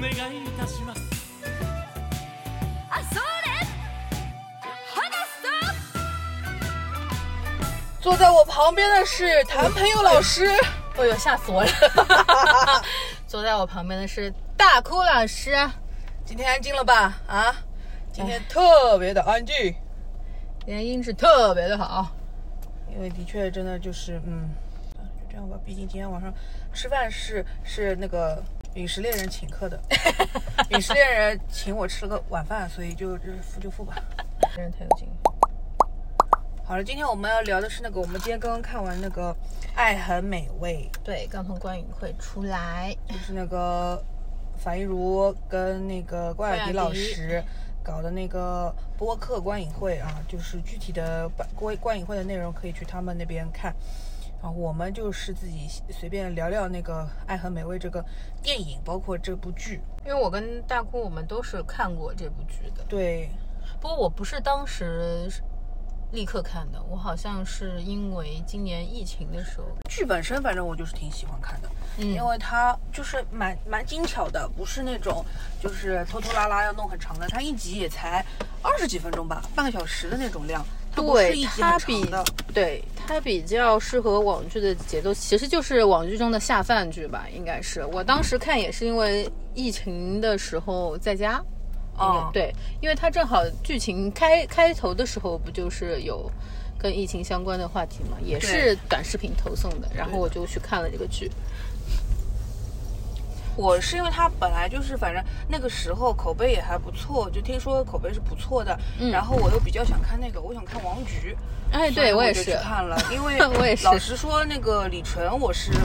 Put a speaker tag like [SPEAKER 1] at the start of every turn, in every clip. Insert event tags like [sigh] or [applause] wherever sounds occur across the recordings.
[SPEAKER 1] 願いいたします
[SPEAKER 2] あそれ話すぞ
[SPEAKER 3] 坐在我旁边的是谭朋友老师，
[SPEAKER 4] 哎呦，吓死我了！ [laughs] 坐在我旁边的是大哭老师，
[SPEAKER 3] 今天安静了吧？啊，今天特别的安静，
[SPEAKER 4] 今天音质特别的好。
[SPEAKER 3] 因为的确真的就是，嗯，啊就这样吧。毕竟今天晚上吃饭是是那个陨石猎人请客的，陨石猎人请我吃了个晚饭，所以就就付就付吧。
[SPEAKER 4] 真是太有劲了。
[SPEAKER 3] 好了，今天我们要聊的是那个，我们今天刚刚看完那个《爱很美味
[SPEAKER 4] 对，刚从观影会出来，》，
[SPEAKER 3] 就是那个樊一茹跟那个关雅迪老师搞的那个播客观影会啊，就是具体的办观观影会的内容可以去他们那边看。啊，我们就是自己随便聊聊那个《爱很美味》这个电影，包括这部剧。
[SPEAKER 4] 因为我跟大哭我们都是看过这部剧的，
[SPEAKER 3] 对，
[SPEAKER 4] 不过我不是当时立刻看的，我好像是因为今年疫情的时候，
[SPEAKER 3] 剧本身反正我就是挺喜欢看的。
[SPEAKER 4] 嗯
[SPEAKER 3] 因为它就是蛮蛮精巧的，不是那种就是拖拖拉拉要弄很长的，它一集也才二十几分钟吧，半个小时的那种量，它不是
[SPEAKER 4] 对
[SPEAKER 3] 一集
[SPEAKER 4] 它
[SPEAKER 3] 很
[SPEAKER 4] 比
[SPEAKER 3] 长的。
[SPEAKER 4] 对它比较适合网剧的节奏，其实就是网剧中的下饭剧吧，应该是。我当时看也是因为疫情的时候在家，
[SPEAKER 3] 哦，
[SPEAKER 4] 嗯对，因为它正好剧情开开头的时候不就是有跟疫情相关的话题嘛，也是短视频投送的，然后我就去看了这个剧。
[SPEAKER 3] 我是因为它本来就是反正那个时候口碑也还不错，就听说口碑是不错的，
[SPEAKER 4] 嗯
[SPEAKER 3] 然后我又比较想看那个，我想看王菊。
[SPEAKER 4] 哎，对
[SPEAKER 3] 所以
[SPEAKER 4] 也
[SPEAKER 3] 我就是去，看
[SPEAKER 4] [laughs]
[SPEAKER 3] 了，因为
[SPEAKER 4] 我也是
[SPEAKER 3] 老实说，那个李晨我是就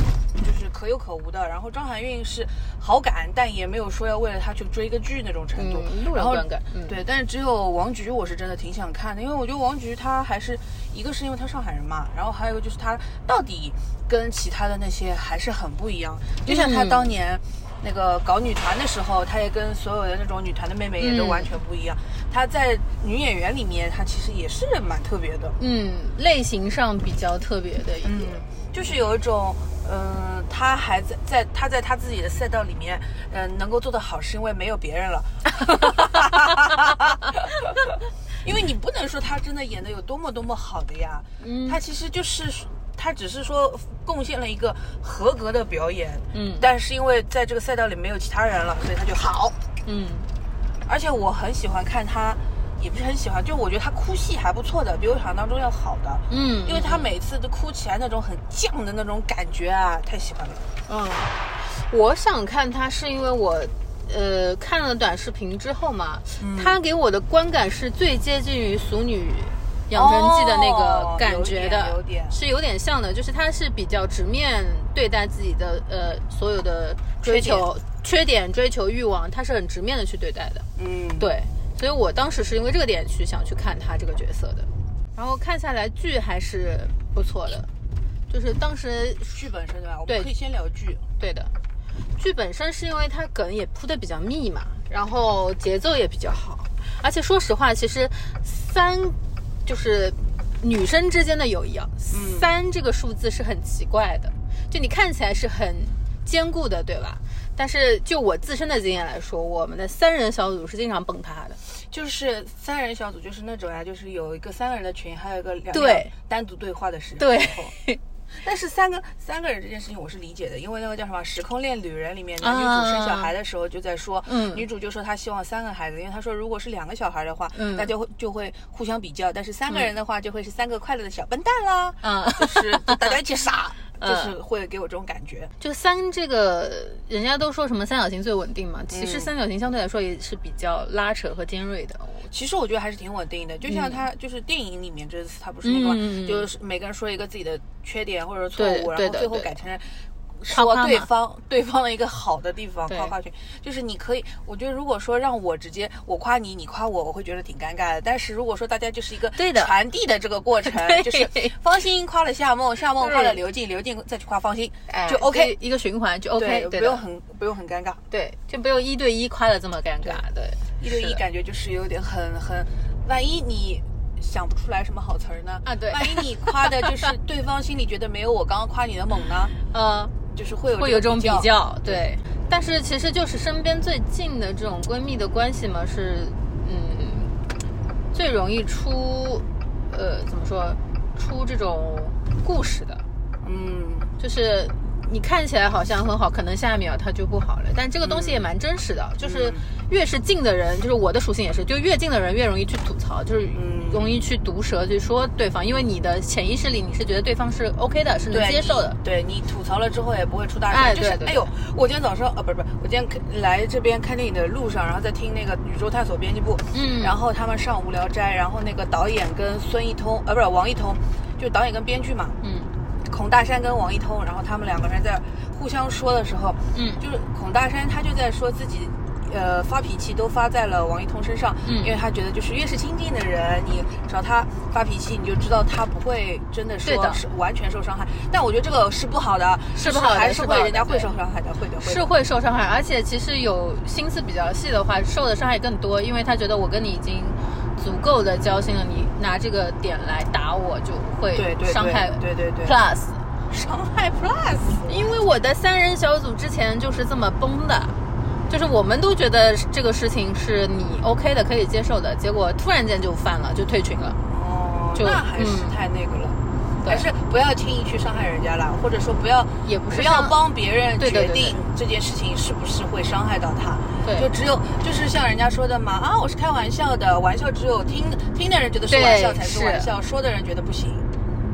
[SPEAKER 3] 是可有可无的，然后张含韵是好感，但也没有说要为了她去追个剧那种程度。
[SPEAKER 4] 嗯，路
[SPEAKER 3] 然
[SPEAKER 4] 人
[SPEAKER 3] 后
[SPEAKER 4] 观感，嗯，
[SPEAKER 3] 对，但是只有王菊我是真的挺想看的，因为我觉得王菊她还是一个是因为她上海人嘛，然后还有一个就是她到底跟其他的那些还是很不一样，就像她
[SPEAKER 4] 嗯
[SPEAKER 3] 当年。那个搞女团的时候，她也跟所有的那种女团的妹妹也都
[SPEAKER 4] 嗯
[SPEAKER 3] 完全不一样。她在女演员里面，她其实也是蛮特别的。
[SPEAKER 4] 嗯，类型上比较特别的一个，
[SPEAKER 3] 嗯，就是有一种，嗯、他还在在他在他自己的赛道里面，嗯、能够做得好，是因为没有别人
[SPEAKER 4] [laughs]
[SPEAKER 3] 了。因为你不能说他真的演的有多么多么好的呀，
[SPEAKER 4] 嗯
[SPEAKER 3] 他其实就是他只是说贡献了一个合格的表演，
[SPEAKER 4] 嗯
[SPEAKER 3] 但是因为在这个赛道里没有其他人了，所以他就好。
[SPEAKER 4] 嗯
[SPEAKER 3] 而且我很喜欢看他，也不是很喜欢，就我觉得他哭戏还不错的，比我想象当中要好的。
[SPEAKER 4] 嗯，
[SPEAKER 3] 因为他每次都哭起来那种很犟的那种感觉啊，太喜欢了。
[SPEAKER 4] 嗯，我想看他是因为我，呃，看了短视频之后嘛，
[SPEAKER 3] 嗯
[SPEAKER 4] 他给我的观感是最接近于《俗女养成记》的那个感觉的，
[SPEAKER 3] 哦有点有点
[SPEAKER 4] 是有点像的，就是他是比较直面对待自己的呃所有的追求、缺点、追求欲望，他是很直面的去对待的。
[SPEAKER 3] 嗯，
[SPEAKER 4] 对，所以我当时是因为这个点去想去看他这个角色的，然后看下来剧还是不错的，就是当时
[SPEAKER 3] 剧本身对吧？我
[SPEAKER 4] 对
[SPEAKER 3] 们可以先聊剧。
[SPEAKER 4] 对的，剧本身是因为它梗也铺的比较密嘛，然后节奏也比较好，而且说实话，其实三就是女生之间的友谊啊，
[SPEAKER 3] 嗯
[SPEAKER 4] 三这个数字是很奇怪的，就你看起来是很坚固的，对吧？但是就我自身的经验来说，我们的三人小组是经常崩塌的。
[SPEAKER 3] 就是三人小组，就是那种呀、就是有一个三个人的群，还有一个两
[SPEAKER 4] 对
[SPEAKER 3] 人单独对话的时
[SPEAKER 4] 对
[SPEAKER 3] 时候。 [laughs] 但是三个三个人这件事情我是理解的，因为那个叫什么《时空恋旅人》里面，男女主生小孩的时候就在说，
[SPEAKER 4] 啊嗯
[SPEAKER 3] 女主就说她希望三个孩子，因为她说如果是两个小孩的话，
[SPEAKER 4] 嗯
[SPEAKER 3] 大家会就会互相比较，但是三个人的话就会是三个快乐的小笨蛋啦，
[SPEAKER 4] 嗯
[SPEAKER 3] 就是就大家一起傻，就
[SPEAKER 4] [laughs] 嗯
[SPEAKER 3] 是会给我这种感觉。
[SPEAKER 4] 就三这个，人家都说什么三角形最稳定嘛，其实
[SPEAKER 3] 嗯
[SPEAKER 4] 三角形相对来说也是比较拉扯和尖锐的。
[SPEAKER 3] 其实我觉得还是挺稳定的，就像他就是电影里面这次他不是那个嘛，
[SPEAKER 4] 嗯
[SPEAKER 3] 就是每个人说一个自己的缺点或者错误，
[SPEAKER 4] 对
[SPEAKER 3] 然
[SPEAKER 4] 对
[SPEAKER 3] 后
[SPEAKER 4] 的
[SPEAKER 3] 最后
[SPEAKER 4] 对
[SPEAKER 3] 改成了
[SPEAKER 4] 夸
[SPEAKER 3] 说
[SPEAKER 4] 夸
[SPEAKER 3] 对
[SPEAKER 4] 嘛
[SPEAKER 3] 方对方的一个好的地方，
[SPEAKER 4] 对
[SPEAKER 3] 夸夸群。就是你可以，我觉得如果说让我直接我夸你，你夸我，我会觉得挺尴尬的。但是如果说大家就是一个
[SPEAKER 4] 对的
[SPEAKER 3] 传递的这个过程，
[SPEAKER 4] [laughs] 对
[SPEAKER 3] 就是方心夸了夏梦，夏梦夸了
[SPEAKER 4] 对
[SPEAKER 3] 刘静，刘静再去夸方心，
[SPEAKER 4] 哎
[SPEAKER 3] 就 OK
[SPEAKER 4] 一个循环就 OK，
[SPEAKER 3] 对，
[SPEAKER 4] 对
[SPEAKER 3] 不用
[SPEAKER 4] 的。
[SPEAKER 3] 很不用很尴尬。
[SPEAKER 4] 对，就不用一对一夸的这么尴尬。对，
[SPEAKER 3] 一对
[SPEAKER 4] 是
[SPEAKER 3] 一
[SPEAKER 4] 的
[SPEAKER 3] 感觉就是有点很很，万一你想不出来什么好词儿呢？
[SPEAKER 4] 啊对
[SPEAKER 3] 万一你夸的就是
[SPEAKER 4] [laughs]
[SPEAKER 3] 对方心里觉得没有我刚刚夸你的猛呢？
[SPEAKER 4] 呃，
[SPEAKER 3] 就是会有
[SPEAKER 4] 会有这种比
[SPEAKER 3] 比较。
[SPEAKER 4] 较。对，但是其实就是身边最近的这种闺蜜的关系嘛，是嗯最容易出呃怎么说出这种故事的，
[SPEAKER 3] 嗯，
[SPEAKER 4] 就是你看起来好像很好，可能下一秒它就不好了。但这个东西也蛮真实的，就是越是近的人，就是我的属性也是，就越近的人越容易去吐槽，就是
[SPEAKER 3] 嗯
[SPEAKER 4] 容易去毒舌去说对方，因为你的潜意识里你是觉得对方是 OK 的，是能
[SPEAKER 3] 对
[SPEAKER 4] 接受的。
[SPEAKER 3] 对你吐槽了之后也不会出大事，
[SPEAKER 4] 哎
[SPEAKER 3] 就是
[SPEAKER 4] 对对
[SPEAKER 3] 哎呦，我今天早上啊，不是不是，我今天看来这边看电影的路上，然后在听那个宇宙探索编辑部，
[SPEAKER 4] 嗯
[SPEAKER 3] 然后他们上无聊斋，然后那个导演跟孙一通，呃，不是王一通，就导演跟编剧嘛，
[SPEAKER 4] 嗯
[SPEAKER 3] 孔大山跟王一通，然后他们两个人在互相说的时候，
[SPEAKER 4] 嗯
[SPEAKER 3] 就是孔大山他就在说自己，呃，发脾气都发在了王一通身上，
[SPEAKER 4] 嗯
[SPEAKER 3] 因为他觉得就是越是亲近的人，你找他发脾气，你就知道他不会真的
[SPEAKER 4] 对
[SPEAKER 3] 说
[SPEAKER 4] 的
[SPEAKER 3] 是完全受伤害，但我觉得这个是不好的，
[SPEAKER 4] 是
[SPEAKER 3] 就
[SPEAKER 4] 不好的
[SPEAKER 3] 还
[SPEAKER 4] 是
[SPEAKER 3] 是
[SPEAKER 4] 不好
[SPEAKER 3] 会
[SPEAKER 4] 的
[SPEAKER 3] 人家会
[SPEAKER 4] 对
[SPEAKER 3] 受伤害的，会的，会
[SPEAKER 4] 是
[SPEAKER 3] 的，
[SPEAKER 4] 会受伤害，而且其实有心思比较细的话，受的伤害更多，因为他觉得我跟你已经足够的交心了，你拿这个点来打我就会
[SPEAKER 3] 对对
[SPEAKER 4] 伤害
[SPEAKER 3] 对对对对，
[SPEAKER 4] plus。
[SPEAKER 3] [laughs]
[SPEAKER 4] 嗯
[SPEAKER 3] 伤害 plus，
[SPEAKER 4] 因为我的三人小组之前就是这么崩的，就是我们都觉得这个事情是你 OK 的，可以接受的，结果突然间就犯了，就退群了。
[SPEAKER 3] 哦，
[SPEAKER 4] 就
[SPEAKER 3] 那还是
[SPEAKER 4] 嗯
[SPEAKER 3] 太那个了。
[SPEAKER 4] 对
[SPEAKER 3] 还是不要轻易去伤害人家啦，或者说不要
[SPEAKER 4] 也不是
[SPEAKER 3] 不要
[SPEAKER 4] 伤
[SPEAKER 3] 帮别人
[SPEAKER 4] 对对
[SPEAKER 3] 决
[SPEAKER 4] 对对
[SPEAKER 3] 定这件事情是不是会伤害到他。
[SPEAKER 4] 对
[SPEAKER 3] 就只有就是像人家说的嘛，啊，我是开玩笑的，玩笑只有听听的人觉得是玩笑
[SPEAKER 4] 对
[SPEAKER 3] 才是
[SPEAKER 4] 是
[SPEAKER 3] 玩笑，说的人觉得不行，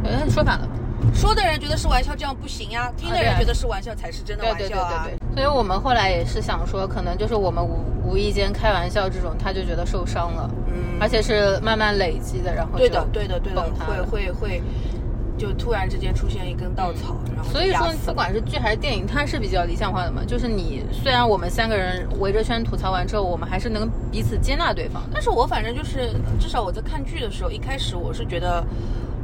[SPEAKER 4] 嗯，说反了。
[SPEAKER 3] 说的人觉得是玩笑这样不行呀，听的
[SPEAKER 4] 对
[SPEAKER 3] 人
[SPEAKER 4] 啊
[SPEAKER 3] 觉得是玩笑才是真的
[SPEAKER 4] 对
[SPEAKER 3] 玩
[SPEAKER 4] 对对
[SPEAKER 3] 笑啊。
[SPEAKER 4] 对对。所以我们后来也是想说，可能就是我们无无意间开玩笑这种，他就觉得受伤了。
[SPEAKER 3] 嗯，
[SPEAKER 4] 而且是慢慢累积的，然后
[SPEAKER 3] 对
[SPEAKER 4] 就
[SPEAKER 3] 的对的对的
[SPEAKER 4] 崩，塌
[SPEAKER 3] 会
[SPEAKER 4] 了
[SPEAKER 3] 会会，就突然之间出现一根稻草，然后就
[SPEAKER 4] 所以
[SPEAKER 3] 压
[SPEAKER 4] 说
[SPEAKER 3] 死，
[SPEAKER 4] 不
[SPEAKER 3] 了
[SPEAKER 4] 管是剧还是电影，它是比较理想化的嘛。就是你虽然我们三个人围着圈吐槽完之后，我们还是能彼此接纳对方的。
[SPEAKER 3] 但是我反正就是，至少我在看剧的时候，一开始我是觉得，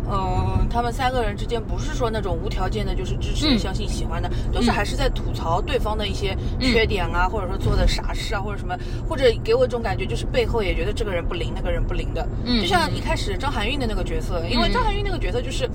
[SPEAKER 3] 嗯、他们三个人之间不是说那种无条件的，就是支持、
[SPEAKER 4] 嗯
[SPEAKER 3] 相信、喜欢的，都是
[SPEAKER 4] 嗯
[SPEAKER 3] 还是在吐槽对方的一些缺点啊，或者说做的傻事啊，或者什么，或者给我一种感觉，就是背后也觉得这个人不灵，那个人不灵的。
[SPEAKER 4] 嗯
[SPEAKER 3] 就像一开始张含韵的那个角色，因为
[SPEAKER 4] 嗯
[SPEAKER 3] 张含韵那个角色就是。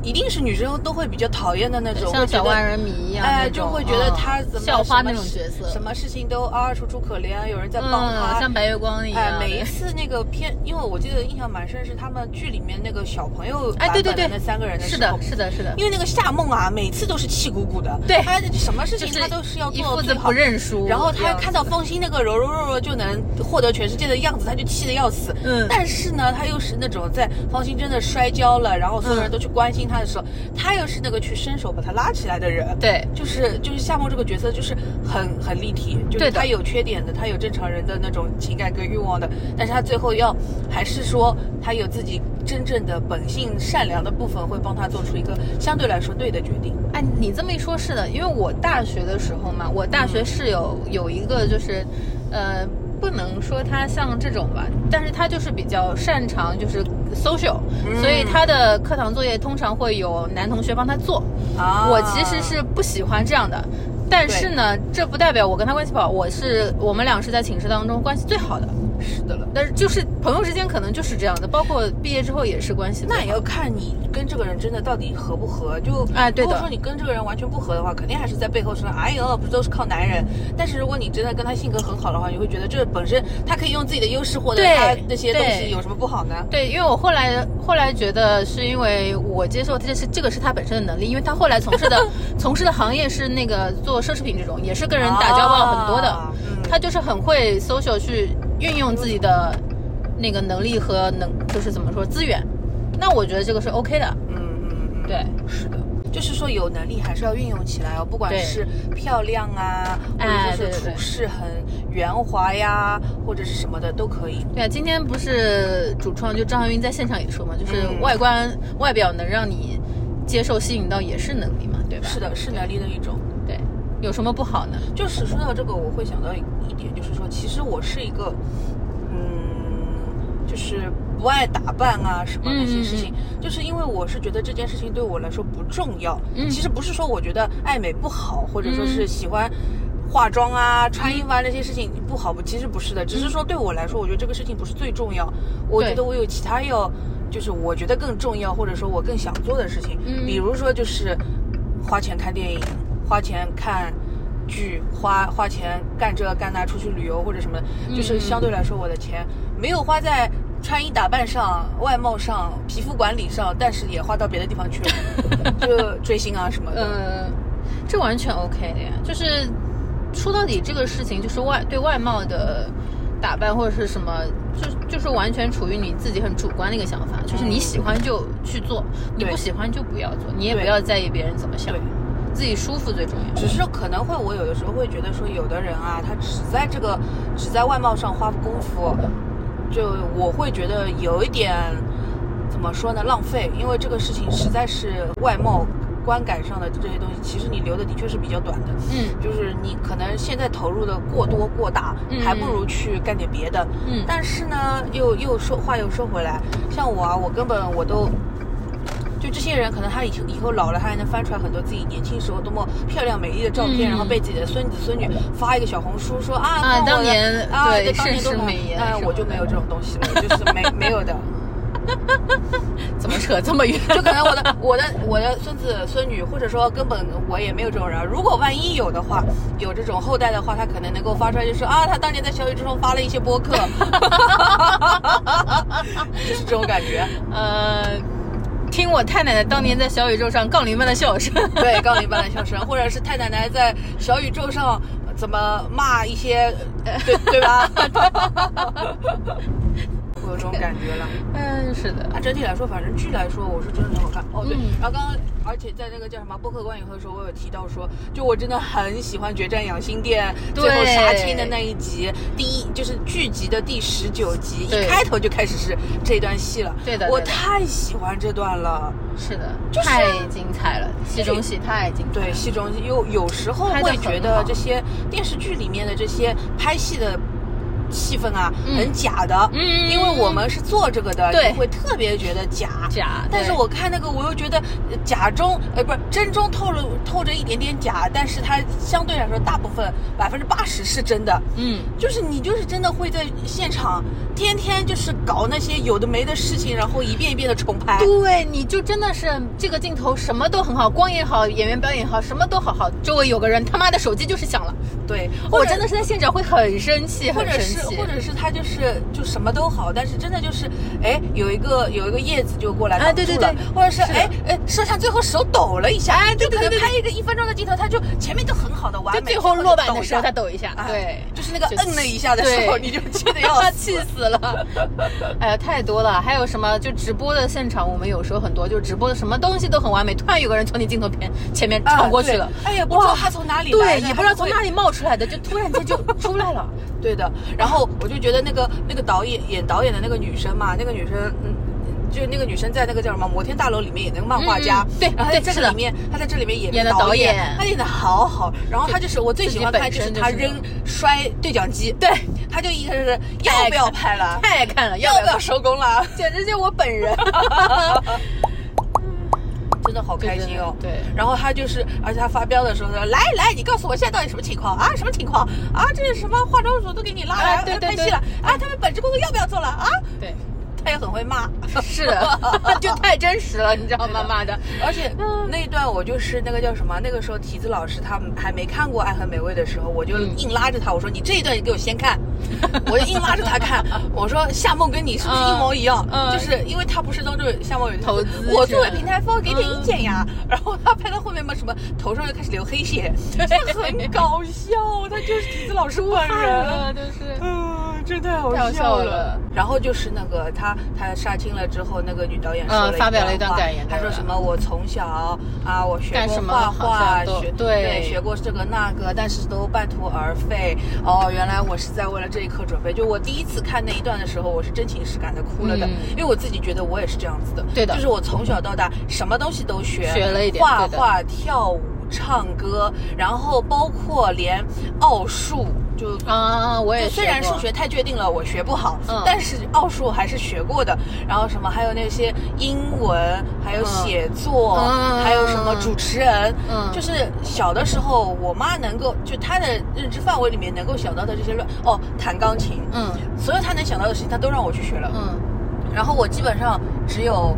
[SPEAKER 3] 一定是女生都会比较讨厌的那种，
[SPEAKER 4] 像
[SPEAKER 3] 会觉
[SPEAKER 4] 小
[SPEAKER 3] 得
[SPEAKER 4] 万人迷一样那
[SPEAKER 3] 哎，
[SPEAKER 4] 种
[SPEAKER 3] 就会觉得
[SPEAKER 4] 嗯
[SPEAKER 3] 她怎么
[SPEAKER 4] 校花
[SPEAKER 3] 什么
[SPEAKER 4] 那种角色
[SPEAKER 3] 什么事情都啊楚楚可怜，有人在帮她，
[SPEAKER 4] 嗯，像白月光一
[SPEAKER 3] 哎
[SPEAKER 4] 样，的。
[SPEAKER 3] 每一次那个片，因为我记得印象蛮深是他们剧里面那个小朋友
[SPEAKER 4] 哎，对对
[SPEAKER 3] 版本
[SPEAKER 4] 对，
[SPEAKER 3] 的那三个人的时
[SPEAKER 4] 是
[SPEAKER 3] 候
[SPEAKER 4] 的，是的，是的，
[SPEAKER 3] 因为那个夏梦啊，每次都是气鼓鼓的，
[SPEAKER 4] 对
[SPEAKER 3] 他什么事
[SPEAKER 4] 就
[SPEAKER 3] 情
[SPEAKER 4] 是
[SPEAKER 3] 他都是要
[SPEAKER 4] 一
[SPEAKER 3] 做到
[SPEAKER 4] 父子
[SPEAKER 3] 最
[SPEAKER 4] 不
[SPEAKER 3] 好。
[SPEAKER 4] 认输。
[SPEAKER 3] 然后他
[SPEAKER 4] 这样
[SPEAKER 3] 看到风心那个柔柔弱弱就能获得全世界的样子，他就气得要死。
[SPEAKER 4] 嗯
[SPEAKER 3] 但是呢，他又是那种在方心真的摔跤了，然后所有人
[SPEAKER 4] 嗯
[SPEAKER 3] 都去关心他的时候，他又是那个去伸手把他拉起来的人。
[SPEAKER 4] 对，
[SPEAKER 3] 就是就是夏梦这个角色就是很很立体，就是
[SPEAKER 4] 对的
[SPEAKER 3] 她有缺点的，她有正常人的那种情感跟欲望的，但是她最后要还是说她有自己真正的本性善良的部分，会帮她做出一个相对来说对的决定。
[SPEAKER 4] 哎，你这么一说，是的，因为我大学的时候嘛，我大学室友有一个就是，呃，不能说他像这种吧，但是他就是比较擅长就是 social，、
[SPEAKER 3] 嗯
[SPEAKER 4] 所以他的课堂作业通常会有男同学帮他做。
[SPEAKER 3] 啊
[SPEAKER 4] 我其实是不喜欢这样的，但是呢，这不代表我跟他关系不好，我是我们俩是在寝室当中关系最好的。
[SPEAKER 3] 是的了。
[SPEAKER 4] 但是就是朋友之间可能就是这样的，包括毕业之后也是关系最好
[SPEAKER 3] 那也要看你跟这个人真的到底合不合。就
[SPEAKER 4] 哎对
[SPEAKER 3] 如
[SPEAKER 4] 的
[SPEAKER 3] 果说你跟这个人完全不合的话，肯定还是在背后说，哎呦，不都是靠男人。但是如果你真的跟他性格很好的话，你会觉得这本身他可以用自己的优势获得
[SPEAKER 4] 对
[SPEAKER 3] 他那些东西，
[SPEAKER 4] 对
[SPEAKER 3] 有什么不好呢？
[SPEAKER 4] 对，因为我后来后来觉得是因为我接受这是这个是他本身的能力，因为他后来从
[SPEAKER 3] [laughs]
[SPEAKER 4] 事的从事的行业是那个做奢侈品这种，也是跟人打交道很多的，
[SPEAKER 3] 啊嗯
[SPEAKER 4] 他就是很会 social 去运用自己的那个能力和能就是怎么说资源，那我觉得这个是 OK 的，
[SPEAKER 3] 嗯嗯嗯，
[SPEAKER 4] 对，
[SPEAKER 3] 是的，就是说有能力还是要运用起来哦，不管
[SPEAKER 4] 对
[SPEAKER 3] 是漂亮啊，或
[SPEAKER 4] 哎
[SPEAKER 3] 者说
[SPEAKER 4] 对对
[SPEAKER 3] 是
[SPEAKER 4] 对
[SPEAKER 3] 处事很圆滑呀，或者是什么的都可以。
[SPEAKER 4] 对啊，今天不是主创就张含韵在现场也说嘛，就是
[SPEAKER 3] 嗯
[SPEAKER 4] 外观、外表能让你接受吸引到也是能力嘛，对吧？
[SPEAKER 3] 是的，是能力的一种。
[SPEAKER 4] 对，有什么不好呢？
[SPEAKER 3] 就是说到这个，我会想到一点，就是说，其实我是一个，嗯，就是不爱打扮啊什么那些事
[SPEAKER 4] 嗯
[SPEAKER 3] 情，就是因为我是觉得这件事情对我来说不重要。
[SPEAKER 4] 嗯
[SPEAKER 3] 其实不是说我觉得爱美不好，或者说是喜欢。化妆啊，穿衣服
[SPEAKER 4] 嗯
[SPEAKER 3] 啊，那些事情不好，其实不是的，只是说对我来说，我觉得这个事情不是最重要。我觉
[SPEAKER 4] 对
[SPEAKER 3] 得我有其他要，就是我觉得更重要，或者说我更想做的事情。
[SPEAKER 4] 嗯
[SPEAKER 3] 比如说就是花钱看电影，花钱看去花花钱干这干那，出去旅游或者什么的，就是相对来说我的钱没有花在穿衣打扮上、外貌上、皮肤管理上，但是也花到别的地方去了，就追星啊什么的。
[SPEAKER 4] 呃，这完全 OK 的呀。就是说到底，这个事情就是外对外貌的打扮或者是什么，就就是完全处于你自己很主观的一个想法，就是你喜欢就去做，你
[SPEAKER 3] 嗯对
[SPEAKER 4] 不喜欢就不要做，你也
[SPEAKER 3] 对
[SPEAKER 4] 不要在意别人怎么想
[SPEAKER 3] 对，
[SPEAKER 4] 自己舒服最重要。
[SPEAKER 3] 只是可能会，我有的时候会觉得说，有的人啊，他只在这个只在外貌上花功夫，就我会觉得有一点怎么说呢，浪费，因为这个事情实在是外貌观感上的这些东西，其实你留的的确是比较短的。
[SPEAKER 4] 嗯
[SPEAKER 3] 就是你可能现在投入的过多过大，
[SPEAKER 4] 嗯
[SPEAKER 3] 还不如去干点别的。
[SPEAKER 4] 嗯
[SPEAKER 3] 但是呢，又又说话又说回来，像我啊，我根本我都。就这些人，可能他以后以后老了，他还能翻出来很多自己年轻时候多么漂亮美丽的照片，
[SPEAKER 4] 嗯
[SPEAKER 3] 然后被自己的孙子孙女发一个小红书，说啊，
[SPEAKER 4] 啊
[SPEAKER 3] 看我的
[SPEAKER 4] 当年
[SPEAKER 3] 啊，
[SPEAKER 4] 对
[SPEAKER 3] 对，当
[SPEAKER 4] [laughs]
[SPEAKER 3] 年
[SPEAKER 4] 盛
[SPEAKER 3] 多
[SPEAKER 4] 世
[SPEAKER 3] 么
[SPEAKER 4] 美颜
[SPEAKER 3] 哎
[SPEAKER 4] 什，么
[SPEAKER 3] 我就
[SPEAKER 4] 的
[SPEAKER 3] 没有这种东西了，就是没没有的。
[SPEAKER 4] 怎么扯这
[SPEAKER 3] [laughs]
[SPEAKER 4] 么远？
[SPEAKER 3] 就可能我的我的我的孙子孙女，或者说根本我也没有这种人。如果万一有的话，有这种后代的话，他可能能够发出来，就说啊，他当年在小宇宙上发了一些播客， [laughs] 就是这种感觉。
[SPEAKER 4] 呃，听我太奶奶当年在小宇宙上杠铃般的笑声。 [laughs]
[SPEAKER 3] 对，杠铃般的笑声，或者是太奶奶在小宇宙上怎么骂一些，呃对对吧？ [laughs] 我有这种感觉了。
[SPEAKER 4] 嗯，是的，
[SPEAKER 3] 啊，整体来说，反正剧来说，我是真的很好看。哦，对，
[SPEAKER 4] 嗯
[SPEAKER 3] 然后刚刚，而且在那个叫什么播客观影会的时候，我有提到说，就我真的很喜欢《决战养心殿》最后
[SPEAKER 4] 对
[SPEAKER 3] 杀青的那一集，第一就是剧集的第十九集，
[SPEAKER 4] 对
[SPEAKER 3] 一开头就开始是这段戏了。
[SPEAKER 4] 对的
[SPEAKER 3] 我
[SPEAKER 4] 对的
[SPEAKER 3] 太喜欢这段了。
[SPEAKER 4] 是啊的，
[SPEAKER 3] 就是
[SPEAKER 4] 太精彩了，戏中戏太精彩了。
[SPEAKER 3] 对，戏中有有时候
[SPEAKER 4] 拍得
[SPEAKER 3] 会
[SPEAKER 4] 很
[SPEAKER 3] 觉得
[SPEAKER 4] 好
[SPEAKER 3] 这些电视剧里面的这些拍戏的气氛啊，
[SPEAKER 4] 嗯
[SPEAKER 3] 很假的。
[SPEAKER 4] 嗯
[SPEAKER 3] 因为我们是做这个的，
[SPEAKER 4] 对
[SPEAKER 3] 你会特别觉得假。
[SPEAKER 4] 假，
[SPEAKER 3] 但是
[SPEAKER 4] 对
[SPEAKER 3] 我看那个，我又觉得呃假中，呃，不是真中透露透着一点点假，但是它相对来说大部分百分之八十是真的。
[SPEAKER 4] 嗯，
[SPEAKER 3] 就是你就是真的会在现场天天就是搞那些有的没的事情，然后一遍一遍的重拍。
[SPEAKER 4] 对，你就真的是这个镜头什么都很好，光也好，演员表演也好，什么都好好。周围有个人他妈的手机就是响了，
[SPEAKER 3] 对，或
[SPEAKER 4] 我
[SPEAKER 3] 者
[SPEAKER 4] 真的是在现场会很生气，
[SPEAKER 3] 或
[SPEAKER 4] 很
[SPEAKER 3] 者
[SPEAKER 4] 生
[SPEAKER 3] 是
[SPEAKER 4] 气。
[SPEAKER 3] 或者是他就是就什么都好，但是真的就是哎有一个有一个叶子就过来
[SPEAKER 4] 哎
[SPEAKER 3] 挡
[SPEAKER 4] 对
[SPEAKER 3] 住
[SPEAKER 4] 对
[SPEAKER 3] 了
[SPEAKER 4] 对
[SPEAKER 3] 或者是
[SPEAKER 4] 是的
[SPEAKER 3] 哎哎摄像最后手抖了一下，
[SPEAKER 4] 哎对对对
[SPEAKER 3] 就可
[SPEAKER 4] 对
[SPEAKER 3] 能拍一个一分钟的镜头，他就前面都很好的完
[SPEAKER 4] 就
[SPEAKER 3] 美，
[SPEAKER 4] 最后落板的时候，
[SPEAKER 3] 他
[SPEAKER 4] 他抖一下，啊对，
[SPEAKER 3] 哎就是那个
[SPEAKER 4] 就
[SPEAKER 3] 摁了一下的时候，
[SPEAKER 4] 对
[SPEAKER 3] 你就气得
[SPEAKER 4] [laughs]
[SPEAKER 3] 要死。
[SPEAKER 4] 气死了！哎呀，太多了。还有什么？就直播的现场，我们有时候很多，就直播的什么东西都很完美，突然有个人从你镜头边前面
[SPEAKER 3] 啊
[SPEAKER 4] 闯过去了，
[SPEAKER 3] 对哎呀，不知道
[SPEAKER 4] 哇
[SPEAKER 3] 他从哪里来
[SPEAKER 4] 对，
[SPEAKER 3] 的
[SPEAKER 4] 也不知道从
[SPEAKER 3] 还会
[SPEAKER 4] 哪里冒出来的，就突然间就出
[SPEAKER 3] [laughs]
[SPEAKER 4] 来了。
[SPEAKER 3] 对的，然后我就觉得那个那个导演演导演的那个女生嘛，那个女生嗯。就那个女生在那个叫什么《摩天大楼》里面演那个漫画家，
[SPEAKER 4] 嗯嗯对
[SPEAKER 3] 然后她
[SPEAKER 4] 对
[SPEAKER 3] 在这
[SPEAKER 4] 是
[SPEAKER 3] 个
[SPEAKER 4] 的
[SPEAKER 3] 里面，她在这里面演
[SPEAKER 4] 演的
[SPEAKER 3] 导
[SPEAKER 4] 导演
[SPEAKER 3] 她演的好好。然后她就是我最喜欢看，
[SPEAKER 4] 自
[SPEAKER 3] 就
[SPEAKER 4] 己
[SPEAKER 3] 是
[SPEAKER 4] 本身
[SPEAKER 3] 她
[SPEAKER 4] 就是
[SPEAKER 3] 扔摔对讲机，
[SPEAKER 4] 对，
[SPEAKER 3] 她就一个是要不要拍了，
[SPEAKER 4] 太爱看了，要
[SPEAKER 3] 要
[SPEAKER 4] 不
[SPEAKER 3] 不要
[SPEAKER 4] 要？
[SPEAKER 3] 收工 [laughs] 了，
[SPEAKER 4] 简直就是我本人，
[SPEAKER 3] [laughs] 真的好开心哦。
[SPEAKER 4] 对对对
[SPEAKER 3] 然后她就是，而且她发飙的时候说：“来来，你告诉我现在到底什么情况啊？什么情况啊？这是什么化妆组都给你拉来
[SPEAKER 4] 啊对对
[SPEAKER 3] 拍
[SPEAKER 4] 对
[SPEAKER 3] 戏了啊？他们本职工作要不要做了啊？”
[SPEAKER 4] 对，
[SPEAKER 3] 她也很会骂。
[SPEAKER 4] 是，啊 [laughs] 就太真实了，你知道吗？妈的，
[SPEAKER 3] 而且那一段我就是那个叫什么，那个时候提子老师他们还没看过《爱很美味》的时候，我就
[SPEAKER 4] 嗯
[SPEAKER 3] 硬拉着他，我说你这一段你给我先看，我就硬拉着他
[SPEAKER 4] [laughs]
[SPEAKER 3] 看，我说夏梦跟你是不是一模一样？
[SPEAKER 4] 嗯嗯
[SPEAKER 3] 就是因为他不是当中夏梦有
[SPEAKER 4] 投资
[SPEAKER 3] 我
[SPEAKER 4] 是
[SPEAKER 3] 作为
[SPEAKER 4] 吧嗯
[SPEAKER 3] 平台方给点意见呀，然后他拍到后面嘛什么头上又开始流黑
[SPEAKER 4] [laughs]
[SPEAKER 3] 血，这很搞笑，他就是提子老师本人。
[SPEAKER 4] 了哎就是。
[SPEAKER 3] 嗯，真太好
[SPEAKER 4] 太好
[SPEAKER 3] 笑
[SPEAKER 4] 笑
[SPEAKER 3] 了
[SPEAKER 4] 了。
[SPEAKER 3] 然后就是那个他他杀青了之后，那个女导演说
[SPEAKER 4] 嗯
[SPEAKER 3] 了
[SPEAKER 4] 发表了
[SPEAKER 3] 一
[SPEAKER 4] 一段
[SPEAKER 3] 话
[SPEAKER 4] 感言
[SPEAKER 3] 她
[SPEAKER 4] 对
[SPEAKER 3] 说
[SPEAKER 4] 吧
[SPEAKER 3] 什么我从小啊，我学
[SPEAKER 4] 干
[SPEAKER 3] 过
[SPEAKER 4] 什么
[SPEAKER 3] 画
[SPEAKER 4] 好像
[SPEAKER 3] 画，
[SPEAKER 4] 都
[SPEAKER 3] 学
[SPEAKER 4] 对
[SPEAKER 3] 学过这个那个，但是都半途而废。哦，原来我是在为了这一刻准备。就我第一次看那一段的时候，我是真情实感的哭了的，
[SPEAKER 4] 嗯
[SPEAKER 3] 因为我自己觉得我也是这样子的。
[SPEAKER 4] 对的
[SPEAKER 3] 就是我从小到大什么东西都学，
[SPEAKER 4] 学了一点
[SPEAKER 3] 画
[SPEAKER 4] 对的
[SPEAKER 3] 画、跳舞、唱歌，然后包括连奥数。就
[SPEAKER 4] 啊，我也
[SPEAKER 3] 就虽
[SPEAKER 4] 学
[SPEAKER 3] 然
[SPEAKER 4] 过
[SPEAKER 3] 数学太确定了，我学不好，
[SPEAKER 4] 嗯
[SPEAKER 3] 但是奥数还是学过的。然后什么，还有那些英文，还有写作，
[SPEAKER 4] 嗯
[SPEAKER 3] 还有什么主持人，
[SPEAKER 4] 嗯
[SPEAKER 3] 就是小的时候，我妈能够就她的认知范围里面能够想到的这些乱哦，弹钢琴，
[SPEAKER 4] 嗯
[SPEAKER 3] 所有她能想到的事情，她都让我去学了。
[SPEAKER 4] 嗯
[SPEAKER 3] 然后我基本上只有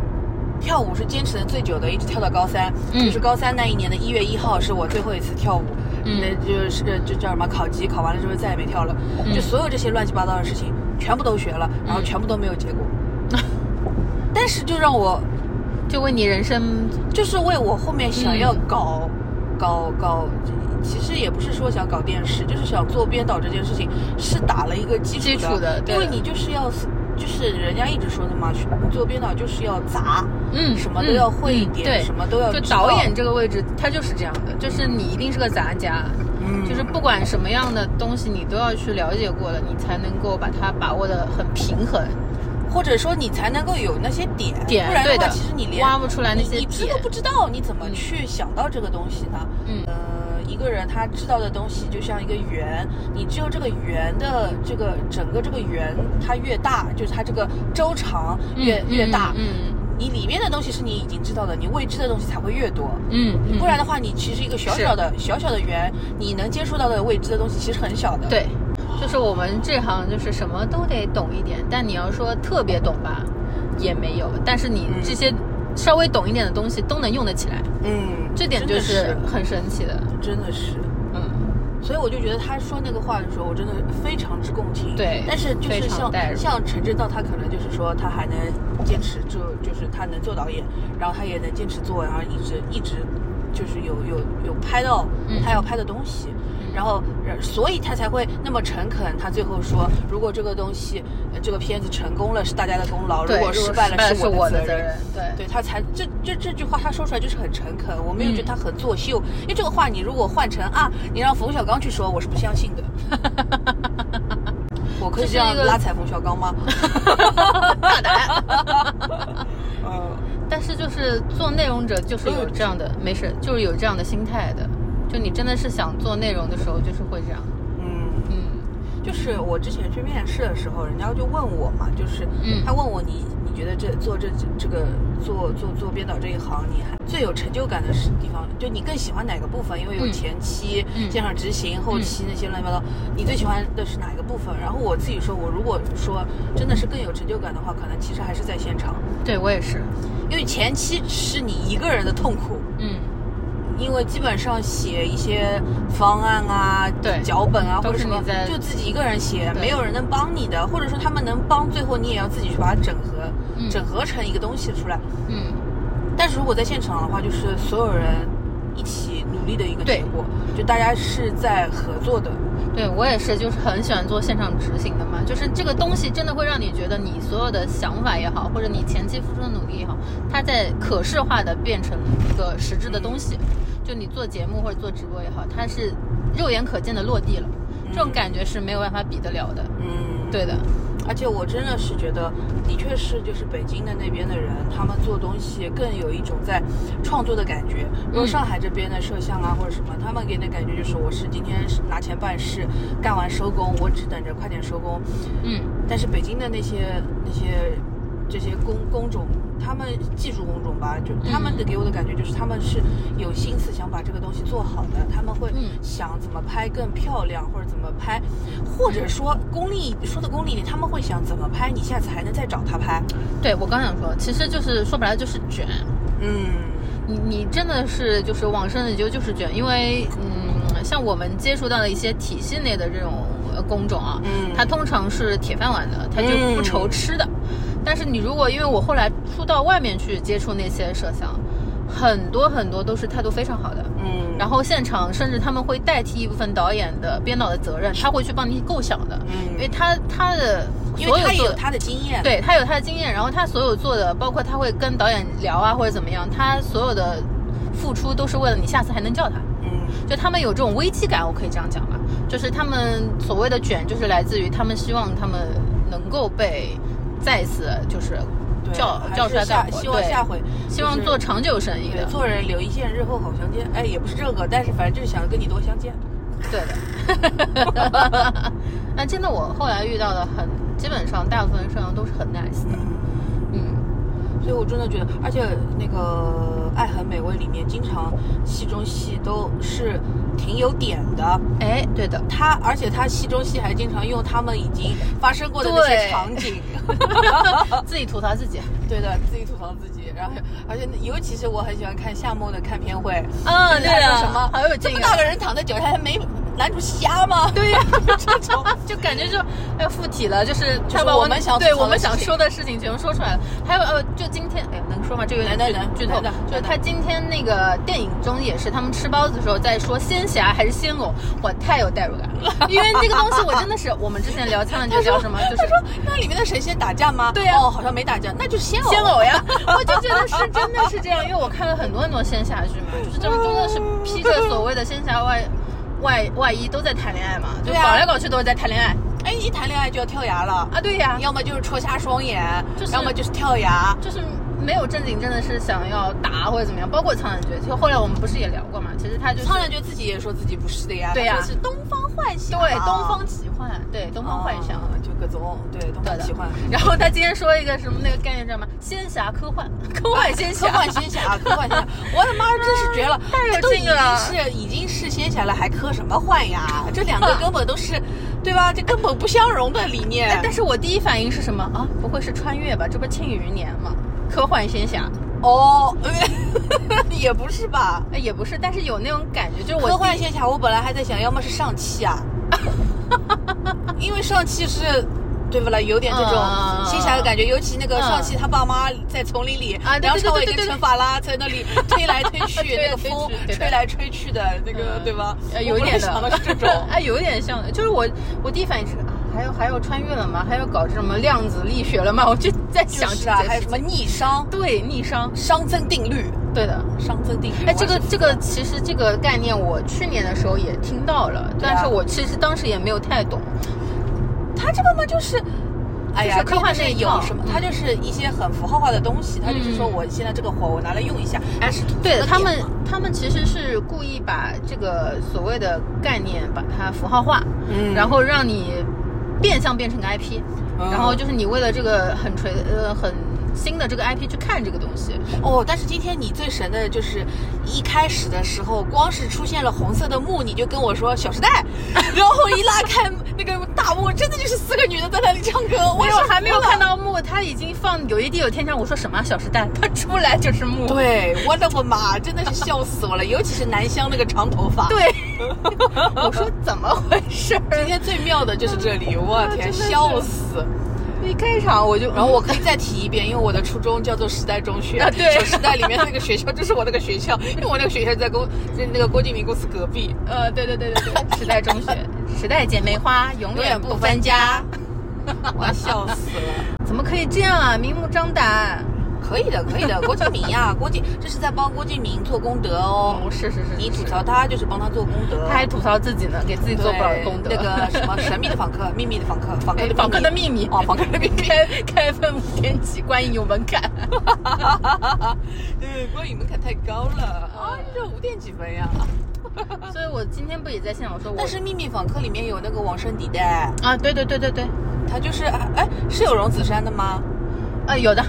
[SPEAKER 3] 跳舞是坚持的最久的，一直跳到高三。
[SPEAKER 4] 嗯
[SPEAKER 3] 就是高三那一年的一月一号是我最后一次跳舞，
[SPEAKER 4] 嗯
[SPEAKER 3] 那就是呃就叫什么考级，考完了之后再也没跳了，
[SPEAKER 4] 嗯
[SPEAKER 3] 就所有这些乱七八糟的事情全部都学了，然后全部都没有结果。 [laughs] 但是就让我
[SPEAKER 4] 就为你人生，
[SPEAKER 3] 就是为我后面想要
[SPEAKER 4] 嗯
[SPEAKER 3] 搞、搞搞，其实也不是说想搞电视，就是想做编导这件事情是打了一个基础的，
[SPEAKER 4] 基础的对
[SPEAKER 3] 因为你就是要就是人家一直说的嘛，去你做编导就是要杂，
[SPEAKER 4] 嗯
[SPEAKER 3] 什么都要会一点，
[SPEAKER 4] 对，
[SPEAKER 3] 什么都要
[SPEAKER 4] 就
[SPEAKER 3] 呃知道
[SPEAKER 4] 导演，这个位置，他就是这样的，就是你一定是个杂家，
[SPEAKER 3] 嗯
[SPEAKER 4] 就是不管什么样的东西，你都要去了解过了，你才能够把它把握的很平衡。
[SPEAKER 3] 或者说你才能够有那些点，
[SPEAKER 4] 点
[SPEAKER 3] 不然
[SPEAKER 4] 对
[SPEAKER 3] 话
[SPEAKER 4] 的
[SPEAKER 3] 其实你连
[SPEAKER 4] 挖不出来那些
[SPEAKER 3] 你你知都
[SPEAKER 4] 点
[SPEAKER 3] 不知道你怎么去想到这个东西呢？
[SPEAKER 4] 嗯
[SPEAKER 3] 呃，一个人他知道的东西就像一个圆，你只有这个圆的这个整个这个圆，它越大，就是它这个周长越、
[SPEAKER 4] 嗯
[SPEAKER 3] 越大，
[SPEAKER 4] 嗯
[SPEAKER 3] 你里面的东西是你已经知道的，你未知的东西才会越多。
[SPEAKER 4] 嗯嗯，
[SPEAKER 3] 不然的话，你其实一个小小的小小的圆，你能接触到的未知的东西其实很小的。，
[SPEAKER 4] 对，就是我们这行就是什么都得懂一点，但你要说特别懂吧，也没有，但是你
[SPEAKER 3] 嗯
[SPEAKER 4] 这些稍微懂一点的东西都能用得起来，
[SPEAKER 3] 嗯，
[SPEAKER 4] 这点就
[SPEAKER 3] 真的
[SPEAKER 4] 是很神奇的。
[SPEAKER 3] 真的是。
[SPEAKER 4] 嗯，
[SPEAKER 3] 所以我就觉得他说那个话的时候，我真的非常之共情。
[SPEAKER 4] 对
[SPEAKER 3] 但是就
[SPEAKER 4] 非
[SPEAKER 3] 是
[SPEAKER 4] 常
[SPEAKER 3] 像
[SPEAKER 4] 带入
[SPEAKER 3] 像陈正道，他可能就是说他还能坚持做，就是他能做导演，然后他也能坚持做，然后一直一直就是有有有拍到
[SPEAKER 4] 嗯
[SPEAKER 3] 他要拍的东西，然后然所以他才会那么诚恳。他最后说，如果这个东西呃这个片子成功了是大家的功劳，
[SPEAKER 4] 对，
[SPEAKER 3] 哦果失败了
[SPEAKER 4] 是
[SPEAKER 3] 我
[SPEAKER 4] 的
[SPEAKER 3] 责任
[SPEAKER 4] 任。，对
[SPEAKER 3] 对他才这这这句话他说出来就是很诚恳，我没有觉
[SPEAKER 4] 嗯
[SPEAKER 3] 得他很作秀，因为这个话你如果换成啊，你让冯小刚去说，我是不相信
[SPEAKER 4] [laughs]
[SPEAKER 3] 的。我可以
[SPEAKER 4] 这是
[SPEAKER 3] 这样
[SPEAKER 4] 一个
[SPEAKER 3] 拉踩冯小刚吗？ [laughs]
[SPEAKER 4] 大胆。
[SPEAKER 3] 呃，
[SPEAKER 4] 但是就是做内容者就是有这样的，没事，就是有这样的心态的。就你真的是想做内容的时候，就是会这样。
[SPEAKER 3] 嗯，
[SPEAKER 4] 嗯
[SPEAKER 3] 就是我之前去面试的时候，人家就问我嘛，就是
[SPEAKER 4] 嗯
[SPEAKER 3] 他问我你你觉得这做这这个做做做编导这一行，你还最有成就感的是地方，就你更喜欢哪个部分？因为有
[SPEAKER 4] 嗯
[SPEAKER 3] 前期、
[SPEAKER 4] 嗯
[SPEAKER 3] 加上执行、后期那些乱七八糟，你最喜欢的是哪一个部分？然后我自己说，我如果说真的是更有成就感的话，可能其实还是在现场，
[SPEAKER 4] 对我也是。
[SPEAKER 3] 因为前期是你一个人的痛苦。
[SPEAKER 4] 嗯，
[SPEAKER 3] 因为基本上写一些方案啊、
[SPEAKER 4] 对
[SPEAKER 3] 脚本啊或
[SPEAKER 4] 都
[SPEAKER 3] 者
[SPEAKER 4] 是
[SPEAKER 3] 什么
[SPEAKER 4] 你在，
[SPEAKER 3] 就自己一个人写，
[SPEAKER 4] 对
[SPEAKER 3] 没有人能帮你的，或者说他们能帮，最后你也要自己去把它整合，
[SPEAKER 4] 嗯
[SPEAKER 3] 整合成一个东西出来。
[SPEAKER 4] 嗯，
[SPEAKER 3] 但是如果在现场的话，就是所有人一起努力的一个
[SPEAKER 4] 对
[SPEAKER 3] 结果，就大家是在合作的。
[SPEAKER 4] 对我也是，就是很喜欢做现场执行的嘛。就是这个东西真的会让你觉得你所有的想法也好，或者你前期付出的努力也好，它在可视化的变成一个实质的东西。就你做节目或者做直播也好，它是肉眼可见的落地了，这种感觉是没有办法比得了的。
[SPEAKER 3] 嗯，
[SPEAKER 4] 对的，
[SPEAKER 3] 而且我真的是觉得，的确是就是北京的那边的人，他们做东西更有一种在创作的感觉。如果上海这边的摄像啊或者什么，他们给你的感觉就是我是今天是拿钱办事，干完收工，我只等着快点收工。
[SPEAKER 4] 嗯。
[SPEAKER 3] 但是北京的那些那些这些工工种，他们技术工种吧，就
[SPEAKER 4] 嗯
[SPEAKER 3] 他们的给我的感觉就是他们是有心思想把这个东西做好的，他们会
[SPEAKER 4] 嗯
[SPEAKER 3] 想怎么拍更漂亮，或者怎么拍，或者说功利说的功利一点，他们会想怎么拍，你下次还能再找他拍。
[SPEAKER 4] 对我刚想说，其实就是说白了就是卷，
[SPEAKER 3] 嗯
[SPEAKER 4] 你你真的是就是往深里究就是卷，因为嗯，像我们接触到的一些体系内的这种呃工种啊，
[SPEAKER 3] 嗯
[SPEAKER 4] 它通常是铁饭碗的，它就不愁
[SPEAKER 3] 嗯
[SPEAKER 4] 吃的。但是你如果因为我后来出到外面去接触那些摄像，很多很多都是态度非常好的，
[SPEAKER 3] 嗯
[SPEAKER 4] 然后现场甚至他们会代替一部分导演的编导的责任，他会去帮你构想的，因为
[SPEAKER 3] 嗯，
[SPEAKER 4] 他他的
[SPEAKER 3] 因
[SPEAKER 4] 所
[SPEAKER 3] 为
[SPEAKER 4] 有
[SPEAKER 3] 他也
[SPEAKER 4] 做
[SPEAKER 3] 有
[SPEAKER 4] 的
[SPEAKER 3] 他的经验。，
[SPEAKER 4] 对他有他的经验，然后他所有做的，包括他会跟导演聊啊或者怎么样，他所有的付出都是为了你下次还能叫他。
[SPEAKER 3] 嗯
[SPEAKER 4] 就他们有这种危机感，我可以这样讲吧，就是他们所谓的卷，就是来自于他们希望他们能够被再次就是
[SPEAKER 3] 对，
[SPEAKER 4] 叫
[SPEAKER 3] 还
[SPEAKER 4] 叫
[SPEAKER 3] 是
[SPEAKER 4] 出来
[SPEAKER 3] 下
[SPEAKER 4] 干活，
[SPEAKER 3] 希望
[SPEAKER 4] 对
[SPEAKER 3] 下回
[SPEAKER 4] 希望
[SPEAKER 3] 就是
[SPEAKER 4] 做长久生意
[SPEAKER 3] 对
[SPEAKER 4] 的，
[SPEAKER 3] 做人留一线，日后好相见。哎，也不是这个，但是反正就是想跟你多相见。
[SPEAKER 4] 对
[SPEAKER 3] [laughs]
[SPEAKER 4] 的。那真的，我后来遇到的很，基本上大部分摄像都是很 nice 的，嗯，
[SPEAKER 3] 所以我真的觉得，而且那个《爱很美味》里面经常戏中戏都是挺有点的。
[SPEAKER 4] 哎，
[SPEAKER 3] [laughs]
[SPEAKER 4] 对的，
[SPEAKER 3] 他而且他戏中戏还经常用他们已经发生过的那些
[SPEAKER 4] 对
[SPEAKER 3] 场
[SPEAKER 4] [laughs]
[SPEAKER 3] 景，
[SPEAKER 4] 自己吐槽自己。
[SPEAKER 3] 对的，自己吐槽自己。然后，而且尤其是我很喜欢看夏梦的看片会，
[SPEAKER 4] 嗯，对
[SPEAKER 3] 还
[SPEAKER 4] 的，
[SPEAKER 3] 说什么
[SPEAKER 4] 还有
[SPEAKER 3] 这
[SPEAKER 4] 这
[SPEAKER 3] 么
[SPEAKER 4] 个，
[SPEAKER 3] 大个人躺在脚下，还没男主瞎吗？
[SPEAKER 4] [laughs]
[SPEAKER 3] [laughs]
[SPEAKER 4] 对呀、这 [laughs] 种就感觉就哎附体了，就是
[SPEAKER 3] 就是
[SPEAKER 4] 他把
[SPEAKER 3] 我们想
[SPEAKER 4] 对
[SPEAKER 3] 吐槽
[SPEAKER 4] 我
[SPEAKER 3] 的
[SPEAKER 4] 们
[SPEAKER 3] 事
[SPEAKER 4] 想
[SPEAKER 3] 情
[SPEAKER 4] 说的事情全说出来了。还有呃，就今天哎能说吗？这个有点
[SPEAKER 3] 能
[SPEAKER 4] 剧
[SPEAKER 3] 能
[SPEAKER 4] 剧透
[SPEAKER 3] 能的，
[SPEAKER 4] 就
[SPEAKER 3] 能
[SPEAKER 4] 是
[SPEAKER 3] 的
[SPEAKER 4] 他今天那个电影中也是他们吃包子的时候在说仙侠还是仙偶，我太有代入感
[SPEAKER 3] [laughs]
[SPEAKER 4] 了，因为这个东西我真的是我们之前聊灿烂就聊什么，就是
[SPEAKER 3] 说那里面的神仙打架吗？
[SPEAKER 4] 对呀
[SPEAKER 3] 哦，好像没打架，那就是仙偶。
[SPEAKER 4] 仙偶呀， [laughs] 我就觉得是真的是这样，因为我看了很多很多仙侠剧嘛，就是这种真的是披着所谓的仙侠外外外衣都在谈恋爱嘛，就
[SPEAKER 3] 对啊
[SPEAKER 4] 搞来搞去都是在谈恋爱
[SPEAKER 3] 哎，一谈恋爱就要跳崖了，
[SPEAKER 4] 啊，对呀、
[SPEAKER 3] 要么就是戳瞎双眼，
[SPEAKER 4] 就是
[SPEAKER 3] 要么就是跳崖。
[SPEAKER 4] 就是没有正经，真的是想要打或者怎么样，包括苍兰诀。其实后来我们不是也聊过嘛，其实他就是
[SPEAKER 3] 苍兰诀自己也说自己不是的呀，
[SPEAKER 4] 对呀
[SPEAKER 3] 他说是东哦方幻想，啊
[SPEAKER 4] 对东方奇幻，对东
[SPEAKER 3] 东
[SPEAKER 4] 方幻想。
[SPEAKER 3] 就各种对东
[SPEAKER 4] 对
[SPEAKER 3] 方
[SPEAKER 4] 的
[SPEAKER 3] 奇幻。
[SPEAKER 4] 然后他今天说一个什么那个概念叫什么？仙侠
[SPEAKER 3] [laughs]
[SPEAKER 4] 科幻，科幻仙侠，
[SPEAKER 3] 科幻仙
[SPEAKER 4] [laughs]
[SPEAKER 3] 侠，科幻仙侠，我的妈，真是绝了！
[SPEAKER 4] 太有
[SPEAKER 3] 这都已
[SPEAKER 4] 劲了
[SPEAKER 3] 经是已经是仙侠了，还科什么幻呀？这两个根本都是，对吧？这根本不相容的理念
[SPEAKER 4] 哎。但是我第一反应是什么啊？不会是穿越吧？这不是《庆余年》吗？科幻仙侠，
[SPEAKER 3] 哦， [laughs] 也不是吧？
[SPEAKER 4] 哎，也不是，但是有那种感觉，就是我
[SPEAKER 3] 科幻
[SPEAKER 4] 第一
[SPEAKER 3] 仙侠，我本来还在想，要么是上汽啊， [laughs] 因为上汽是。对不啦？有点这种
[SPEAKER 4] 嗯
[SPEAKER 3] 仙侠的感觉，尤其那个
[SPEAKER 4] 嗯
[SPEAKER 3] 上汽他爸妈在丛林里
[SPEAKER 4] 啊，对
[SPEAKER 3] 梁朝伟
[SPEAKER 4] 对对对
[SPEAKER 3] 跟
[SPEAKER 4] 对
[SPEAKER 3] 陈法拉在那
[SPEAKER 4] [laughs]
[SPEAKER 3] 里推来推去，
[SPEAKER 4] 推来
[SPEAKER 3] 那个
[SPEAKER 4] 推
[SPEAKER 3] 风
[SPEAKER 4] 去对的
[SPEAKER 3] 吹来吹去的那个，
[SPEAKER 4] 嗯
[SPEAKER 3] 对吧？
[SPEAKER 4] 呃，
[SPEAKER 3] 我
[SPEAKER 4] 有一
[SPEAKER 3] 本来
[SPEAKER 4] 点
[SPEAKER 3] 想的是这种，
[SPEAKER 4] [laughs] 哎，有一点像的，就是我我第一反应是啊，还有还有穿越了吗？还有搞这什么量子力学了吗？我就在
[SPEAKER 3] 就
[SPEAKER 4] 想这
[SPEAKER 3] 是
[SPEAKER 4] 件
[SPEAKER 3] 啊，
[SPEAKER 4] 事
[SPEAKER 3] 还有什么
[SPEAKER 4] 情
[SPEAKER 3] 逆商、
[SPEAKER 4] 对逆商，
[SPEAKER 3] 熵增定律、
[SPEAKER 4] 对的。
[SPEAKER 3] 熵增定律。
[SPEAKER 4] 哎，这
[SPEAKER 3] 我
[SPEAKER 4] 个
[SPEAKER 3] 是
[SPEAKER 4] 这个其实这个概念我去年的时候也听到了，但
[SPEAKER 3] 啊
[SPEAKER 4] 是我其实当时也没有太懂。
[SPEAKER 3] 他这个嘛就是，哎呀，
[SPEAKER 4] 就是科幻
[SPEAKER 3] 这个
[SPEAKER 4] 那
[SPEAKER 3] 是
[SPEAKER 4] 一套
[SPEAKER 3] 有什么
[SPEAKER 4] 嗯？
[SPEAKER 3] 他就是一些很符号化的东西，他就是说
[SPEAKER 4] 嗯
[SPEAKER 3] 我现在这个火我拿来用一下，
[SPEAKER 4] 哎，
[SPEAKER 3] 但是
[SPEAKER 4] 对
[SPEAKER 3] 吐槽的
[SPEAKER 4] 他们
[SPEAKER 3] 点嘛，
[SPEAKER 4] 他们其实是故意把这个所谓的概念把它符号化，
[SPEAKER 3] 嗯
[SPEAKER 4] 然后让你变相变成个 IP，、
[SPEAKER 3] 嗯
[SPEAKER 4] 然后就是你为了这个很垂呃很新的这个 IP 去看这个东西，
[SPEAKER 3] 哦，但是今天你最神的就是一开始的时候，光是出现了红色的幕，你就跟我说《小时代》，然后一拉开那个大幕，真的就是四个女的在那里
[SPEAKER 4] [laughs]
[SPEAKER 3] 唱歌，我
[SPEAKER 4] 但
[SPEAKER 3] 也是
[SPEAKER 4] 是我还没有
[SPEAKER 3] 服了
[SPEAKER 4] 看。到幕，他已经放有一地有天长，我说什么啊小时代，他出来就是幕，
[SPEAKER 3] 对，我的我妈，真的是笑死我了，尤其是南湘那个长头发。，
[SPEAKER 4] [laughs] 对，我说怎么回事儿？
[SPEAKER 3] 今天最妙的就是这里，我
[SPEAKER 4] [laughs] 真
[SPEAKER 3] 天，
[SPEAKER 4] 的是
[SPEAKER 3] 笑死！
[SPEAKER 4] 一开场我就，
[SPEAKER 3] 然后我可以再提一遍，因为我的初中叫做时代中学，
[SPEAKER 4] 啊对
[SPEAKER 3] 时代里面那个学校就是我那个学校，因为我那个学校在郭在那个郭敬明公司隔
[SPEAKER 4] [laughs]
[SPEAKER 3] 壁， [laughs]
[SPEAKER 4] 呃，对对对对对，时代中学，时代姐妹花永
[SPEAKER 3] 永
[SPEAKER 4] 远
[SPEAKER 3] 远
[SPEAKER 4] 不
[SPEAKER 3] 不
[SPEAKER 4] 分
[SPEAKER 3] 分
[SPEAKER 4] 家
[SPEAKER 3] 家，我要笑死了。
[SPEAKER 4] 怎么可以这样啊？明目张胆。
[SPEAKER 3] 可以的，可 [laughs] 以的，郭敬明呀，郭敬这是在帮郭敬明做功德哦。
[SPEAKER 4] 哦，是是是，
[SPEAKER 3] 你吐
[SPEAKER 4] 是
[SPEAKER 3] 槽他就是帮他做功德，
[SPEAKER 4] 他还吐槽自己呢，给自己
[SPEAKER 3] 对
[SPEAKER 4] 做不了功德。
[SPEAKER 3] 那
[SPEAKER 4] [laughs]
[SPEAKER 3] 个什 [laughs] 么神秘的访客，秘密的访客，访客
[SPEAKER 4] 哎
[SPEAKER 3] 的
[SPEAKER 4] 访客的
[SPEAKER 3] 秘密
[SPEAKER 4] 秘 [laughs] 密
[SPEAKER 3] 哦，访客的秘密。
[SPEAKER 4] 开开分五天起，观影有门槛。
[SPEAKER 3] [laughs] 对，观影门槛太高了啊！这五点几分呀？
[SPEAKER 4] [laughs] 所以我今天不也在现场，我说我
[SPEAKER 3] 但是《秘密访客》里面有那个王圣迪的，
[SPEAKER 4] 啊，对对对对对，
[SPEAKER 3] 他就是哎，是有荣梓杉的吗？
[SPEAKER 4] 啊有的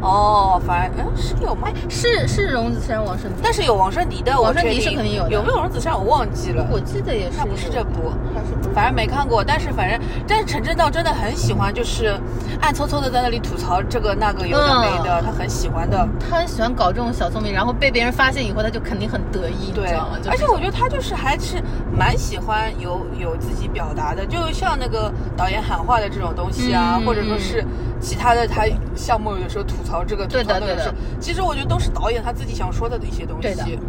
[SPEAKER 3] 哦，反正嗯是有吗？
[SPEAKER 4] 是是荣子生王胜迪，
[SPEAKER 3] 但是有王圣迪的，
[SPEAKER 4] 王
[SPEAKER 3] 我
[SPEAKER 4] 圣
[SPEAKER 3] 确
[SPEAKER 4] 迪
[SPEAKER 3] 定
[SPEAKER 4] 是肯定有的
[SPEAKER 3] 有没有荣梓杉我忘记了，
[SPEAKER 4] 我记得也是
[SPEAKER 3] 那不是这部。
[SPEAKER 4] 还是不是
[SPEAKER 3] 反正没看过，但是反正，但是陈正道真的很喜欢，就是暗搓搓的在那里吐槽这个那个有的没的，他很喜欢的。
[SPEAKER 4] 他喜欢搞这种小聪明，然后被别人发现以后，他就肯定很得意，你
[SPEAKER 3] 对
[SPEAKER 4] 知道吗？，
[SPEAKER 3] 而且我觉得他就是还是蛮喜欢有有自己表达的，就像那个导演喊话的这种东西啊，
[SPEAKER 4] 嗯
[SPEAKER 3] 或者说是其他的他项目有时候吐槽这个吐
[SPEAKER 4] 对的
[SPEAKER 3] 槽那
[SPEAKER 4] 对
[SPEAKER 3] 个
[SPEAKER 4] 的
[SPEAKER 3] 时候，其实我觉得都是导演他自己想说的一些东
[SPEAKER 4] 对的
[SPEAKER 3] 西。
[SPEAKER 4] 得，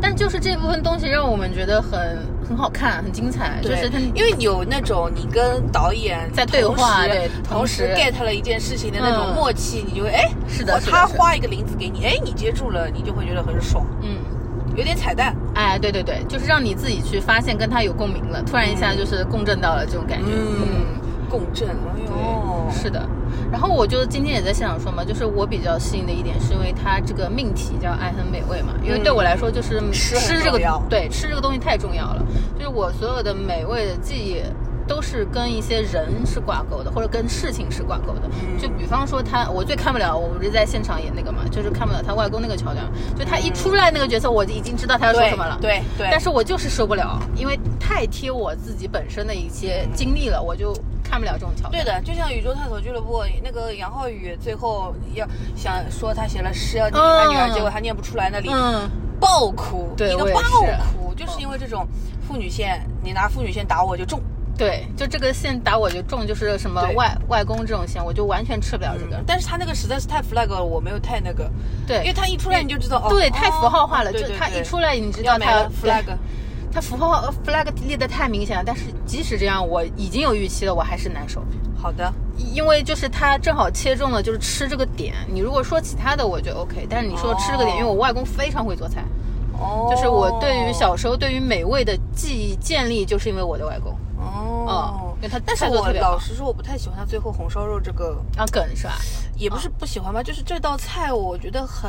[SPEAKER 4] 但就是这部分东西让我们觉得很很好看，很精彩，就
[SPEAKER 3] 对，
[SPEAKER 4] 是他
[SPEAKER 3] 因为有那种你跟导演
[SPEAKER 4] 在对话
[SPEAKER 3] 同时
[SPEAKER 4] 对同
[SPEAKER 3] 同时
[SPEAKER 4] 时
[SPEAKER 3] get 了一件事情的那种
[SPEAKER 4] 嗯
[SPEAKER 3] 默契，你就会哎，
[SPEAKER 4] 是的
[SPEAKER 3] 或
[SPEAKER 4] 是的
[SPEAKER 3] 他
[SPEAKER 4] 是的
[SPEAKER 3] 画一个林子给你，哎，你接住了，你就会觉得很爽，
[SPEAKER 4] 嗯。
[SPEAKER 3] 有点彩蛋。
[SPEAKER 4] 哎，对对对，就是让你自己去发现跟他有共鸣了，突然一下就是共振到了这种感觉。
[SPEAKER 3] 嗯，共振，哎呦，
[SPEAKER 4] 对，是的。然后我就今天也在现场说嘛，就是我比较吸引的一点，是因为它这个命题叫“爱很美味”嘛，因为对我来说就是
[SPEAKER 3] 嗯吃很
[SPEAKER 4] 这个
[SPEAKER 3] 重要
[SPEAKER 4] 对吃这个东西太重要了，就是我所有的美味的记忆都是跟一些人是挂钩的，或者跟事情是挂钩的。
[SPEAKER 3] 嗯
[SPEAKER 4] 就比方说他，我最看不了，我不是在现场演那个嘛，就是看不了他外公那个桥段。就他一出来那个角色，我已经知道他要说
[SPEAKER 3] 嗯对
[SPEAKER 4] 什么了。
[SPEAKER 3] 对对，
[SPEAKER 4] 但是我就是受不了，因为太贴我自己本身的一些经历了，我就看不了这种桥段。
[SPEAKER 3] 对的，就像宇宙探索俱乐部那个杨浩宇最后要想说他写了诗要寄给他女儿，
[SPEAKER 4] 嗯
[SPEAKER 3] 结果他念不出来那里，
[SPEAKER 4] 嗯，
[SPEAKER 3] 爆哭，
[SPEAKER 4] 对
[SPEAKER 3] 一个
[SPEAKER 4] 我也
[SPEAKER 3] 爆
[SPEAKER 4] 是
[SPEAKER 3] 哭，就是因为这种妇女线，你拿妇女线打我就中。
[SPEAKER 4] 对，就这个线打我就中，就是什么
[SPEAKER 3] 对
[SPEAKER 4] 外外公这种线，我就完全吃不了这个。
[SPEAKER 3] 但是他那个实在是太 flag 了，我没有太那个，
[SPEAKER 4] 嗯对，
[SPEAKER 3] 因为他一出来你就知道，哦，
[SPEAKER 4] 对，
[SPEAKER 3] 哦
[SPEAKER 4] 太符号化了，
[SPEAKER 3] 对
[SPEAKER 4] 就
[SPEAKER 3] 对
[SPEAKER 4] 他
[SPEAKER 3] 对
[SPEAKER 4] 一出来你知
[SPEAKER 3] 要
[SPEAKER 4] 道
[SPEAKER 3] 没
[SPEAKER 4] 他
[SPEAKER 3] 了
[SPEAKER 4] 对
[SPEAKER 3] flag，
[SPEAKER 4] 他符号 flag 立得太明显了。但是即使这样，我已经有预期了，我还是难受，
[SPEAKER 3] 好的，
[SPEAKER 4] 因为就是他正好切中了就是吃这个点。你如果说其他的，我觉得 OK，但是你说吃这个
[SPEAKER 3] 哦
[SPEAKER 4] 点，因为我外公非常会做菜，
[SPEAKER 3] 哦，
[SPEAKER 4] 就是我对于小时候对于美味的记忆建立，就是因为我的外公
[SPEAKER 3] 哦
[SPEAKER 4] 嗯因为他
[SPEAKER 3] 但是
[SPEAKER 4] 菜做得
[SPEAKER 3] 我
[SPEAKER 4] 特别好
[SPEAKER 3] 老实说，我不太喜欢他最后红烧肉这个，
[SPEAKER 4] 啊梗是吧？
[SPEAKER 3] 也不是不喜欢吧，就是这道菜我觉得很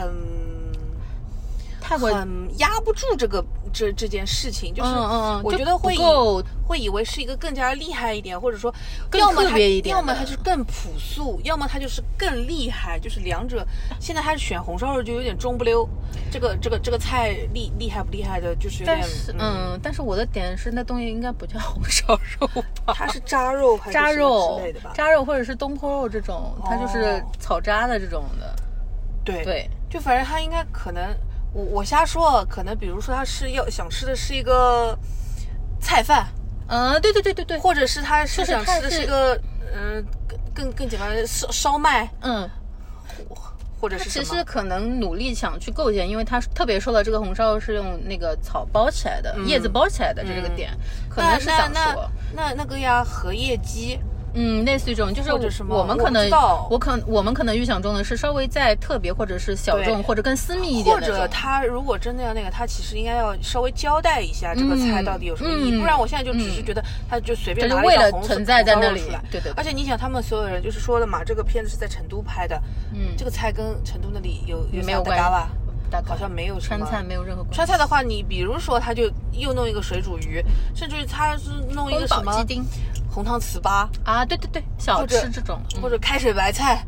[SPEAKER 4] 太过
[SPEAKER 3] 很压不住这个这这件事情，就是
[SPEAKER 4] 嗯嗯嗯
[SPEAKER 3] 我
[SPEAKER 4] 就
[SPEAKER 3] 觉得会
[SPEAKER 4] 不
[SPEAKER 3] 以
[SPEAKER 4] 够
[SPEAKER 3] 会以为是一个更加厉害一点，或者说
[SPEAKER 4] 更
[SPEAKER 3] 要么
[SPEAKER 4] 特
[SPEAKER 3] 他
[SPEAKER 4] 别一点
[SPEAKER 3] 要么
[SPEAKER 4] 的
[SPEAKER 3] 他就是更朴素，要么他就是更厉害，就是两者。现在他选红烧肉就有点中不溜，这个这个这个菜厉厉害不厉害的，就是有点
[SPEAKER 4] 但是，嗯，但是我的点是那东西应该不叫红烧肉吧？
[SPEAKER 3] 它是扎肉还是
[SPEAKER 4] 哦扎
[SPEAKER 3] 什么
[SPEAKER 4] 肉
[SPEAKER 3] 之类的吧？
[SPEAKER 4] 扎肉或者是东坡肉这种，它就是草扎的这种的。
[SPEAKER 3] 对
[SPEAKER 4] 对，
[SPEAKER 3] 就反正他应该可能，我我瞎说，啊可能比如说他是要想吃的是一个菜饭，
[SPEAKER 4] 嗯，对对对对对，
[SPEAKER 3] 或者是他
[SPEAKER 4] 就是是
[SPEAKER 3] 想
[SPEAKER 4] 他
[SPEAKER 3] 吃的
[SPEAKER 4] 是
[SPEAKER 3] 是一个嗯、更更更简单的烧烧麦，
[SPEAKER 4] 嗯，
[SPEAKER 3] 或者
[SPEAKER 4] 他
[SPEAKER 3] 是
[SPEAKER 4] 其
[SPEAKER 3] 什
[SPEAKER 4] 实
[SPEAKER 3] 么？
[SPEAKER 4] 可能努力想去构建，因为他特别说到这个红烧肉是用那个草包起来的，叶子包起来的这个点，可能
[SPEAKER 3] 那
[SPEAKER 4] 是
[SPEAKER 3] 那
[SPEAKER 4] 想
[SPEAKER 3] 那
[SPEAKER 4] 说。
[SPEAKER 3] 那那个呀，荷叶鸡，
[SPEAKER 4] 嗯，类似于这种，就是
[SPEAKER 3] 或者什么
[SPEAKER 4] 我们
[SPEAKER 3] 我
[SPEAKER 4] 可
[SPEAKER 3] 不
[SPEAKER 4] 能
[SPEAKER 3] 知道
[SPEAKER 4] 我可我们可能预想中的是稍微再特别或者是小
[SPEAKER 3] 对
[SPEAKER 4] 众或者更私密一点
[SPEAKER 3] 或
[SPEAKER 4] 的这种，
[SPEAKER 3] 者他如果真的要那个，他其实应该要稍微交代一下这个菜
[SPEAKER 4] 嗯
[SPEAKER 3] 到底有什么意义，
[SPEAKER 4] 嗯
[SPEAKER 3] 不然我现在就只是
[SPEAKER 4] 嗯
[SPEAKER 3] 觉得他就随便
[SPEAKER 4] 这
[SPEAKER 3] 拿
[SPEAKER 4] 就
[SPEAKER 3] 一
[SPEAKER 4] 为
[SPEAKER 3] 道
[SPEAKER 4] 了
[SPEAKER 3] 红色
[SPEAKER 4] 存在在
[SPEAKER 3] 红烧
[SPEAKER 4] 那
[SPEAKER 3] 肉
[SPEAKER 4] 里
[SPEAKER 3] 出来
[SPEAKER 4] 对对对
[SPEAKER 3] 而且你想，他们所有人就是说的嘛，这个片子是在成都拍的，嗯，这个菜跟成都那里有有
[SPEAKER 4] 没有
[SPEAKER 3] 搭
[SPEAKER 4] 关
[SPEAKER 3] 嘎
[SPEAKER 4] 系
[SPEAKER 3] 吧？
[SPEAKER 4] 大概
[SPEAKER 3] 好像没有什
[SPEAKER 4] 川
[SPEAKER 3] 么
[SPEAKER 4] 菜没有任何关系。
[SPEAKER 3] 川菜的话，你比如说，他就又弄一个水煮鱼，甚至于他是弄一个
[SPEAKER 4] 宫
[SPEAKER 3] 什
[SPEAKER 4] 保
[SPEAKER 3] 么
[SPEAKER 4] 鸡丁
[SPEAKER 3] 红汤糍粑，
[SPEAKER 4] 啊，对对对，
[SPEAKER 3] 或
[SPEAKER 4] 小
[SPEAKER 3] 者
[SPEAKER 4] 吃这种，嗯
[SPEAKER 3] 或者开水白菜，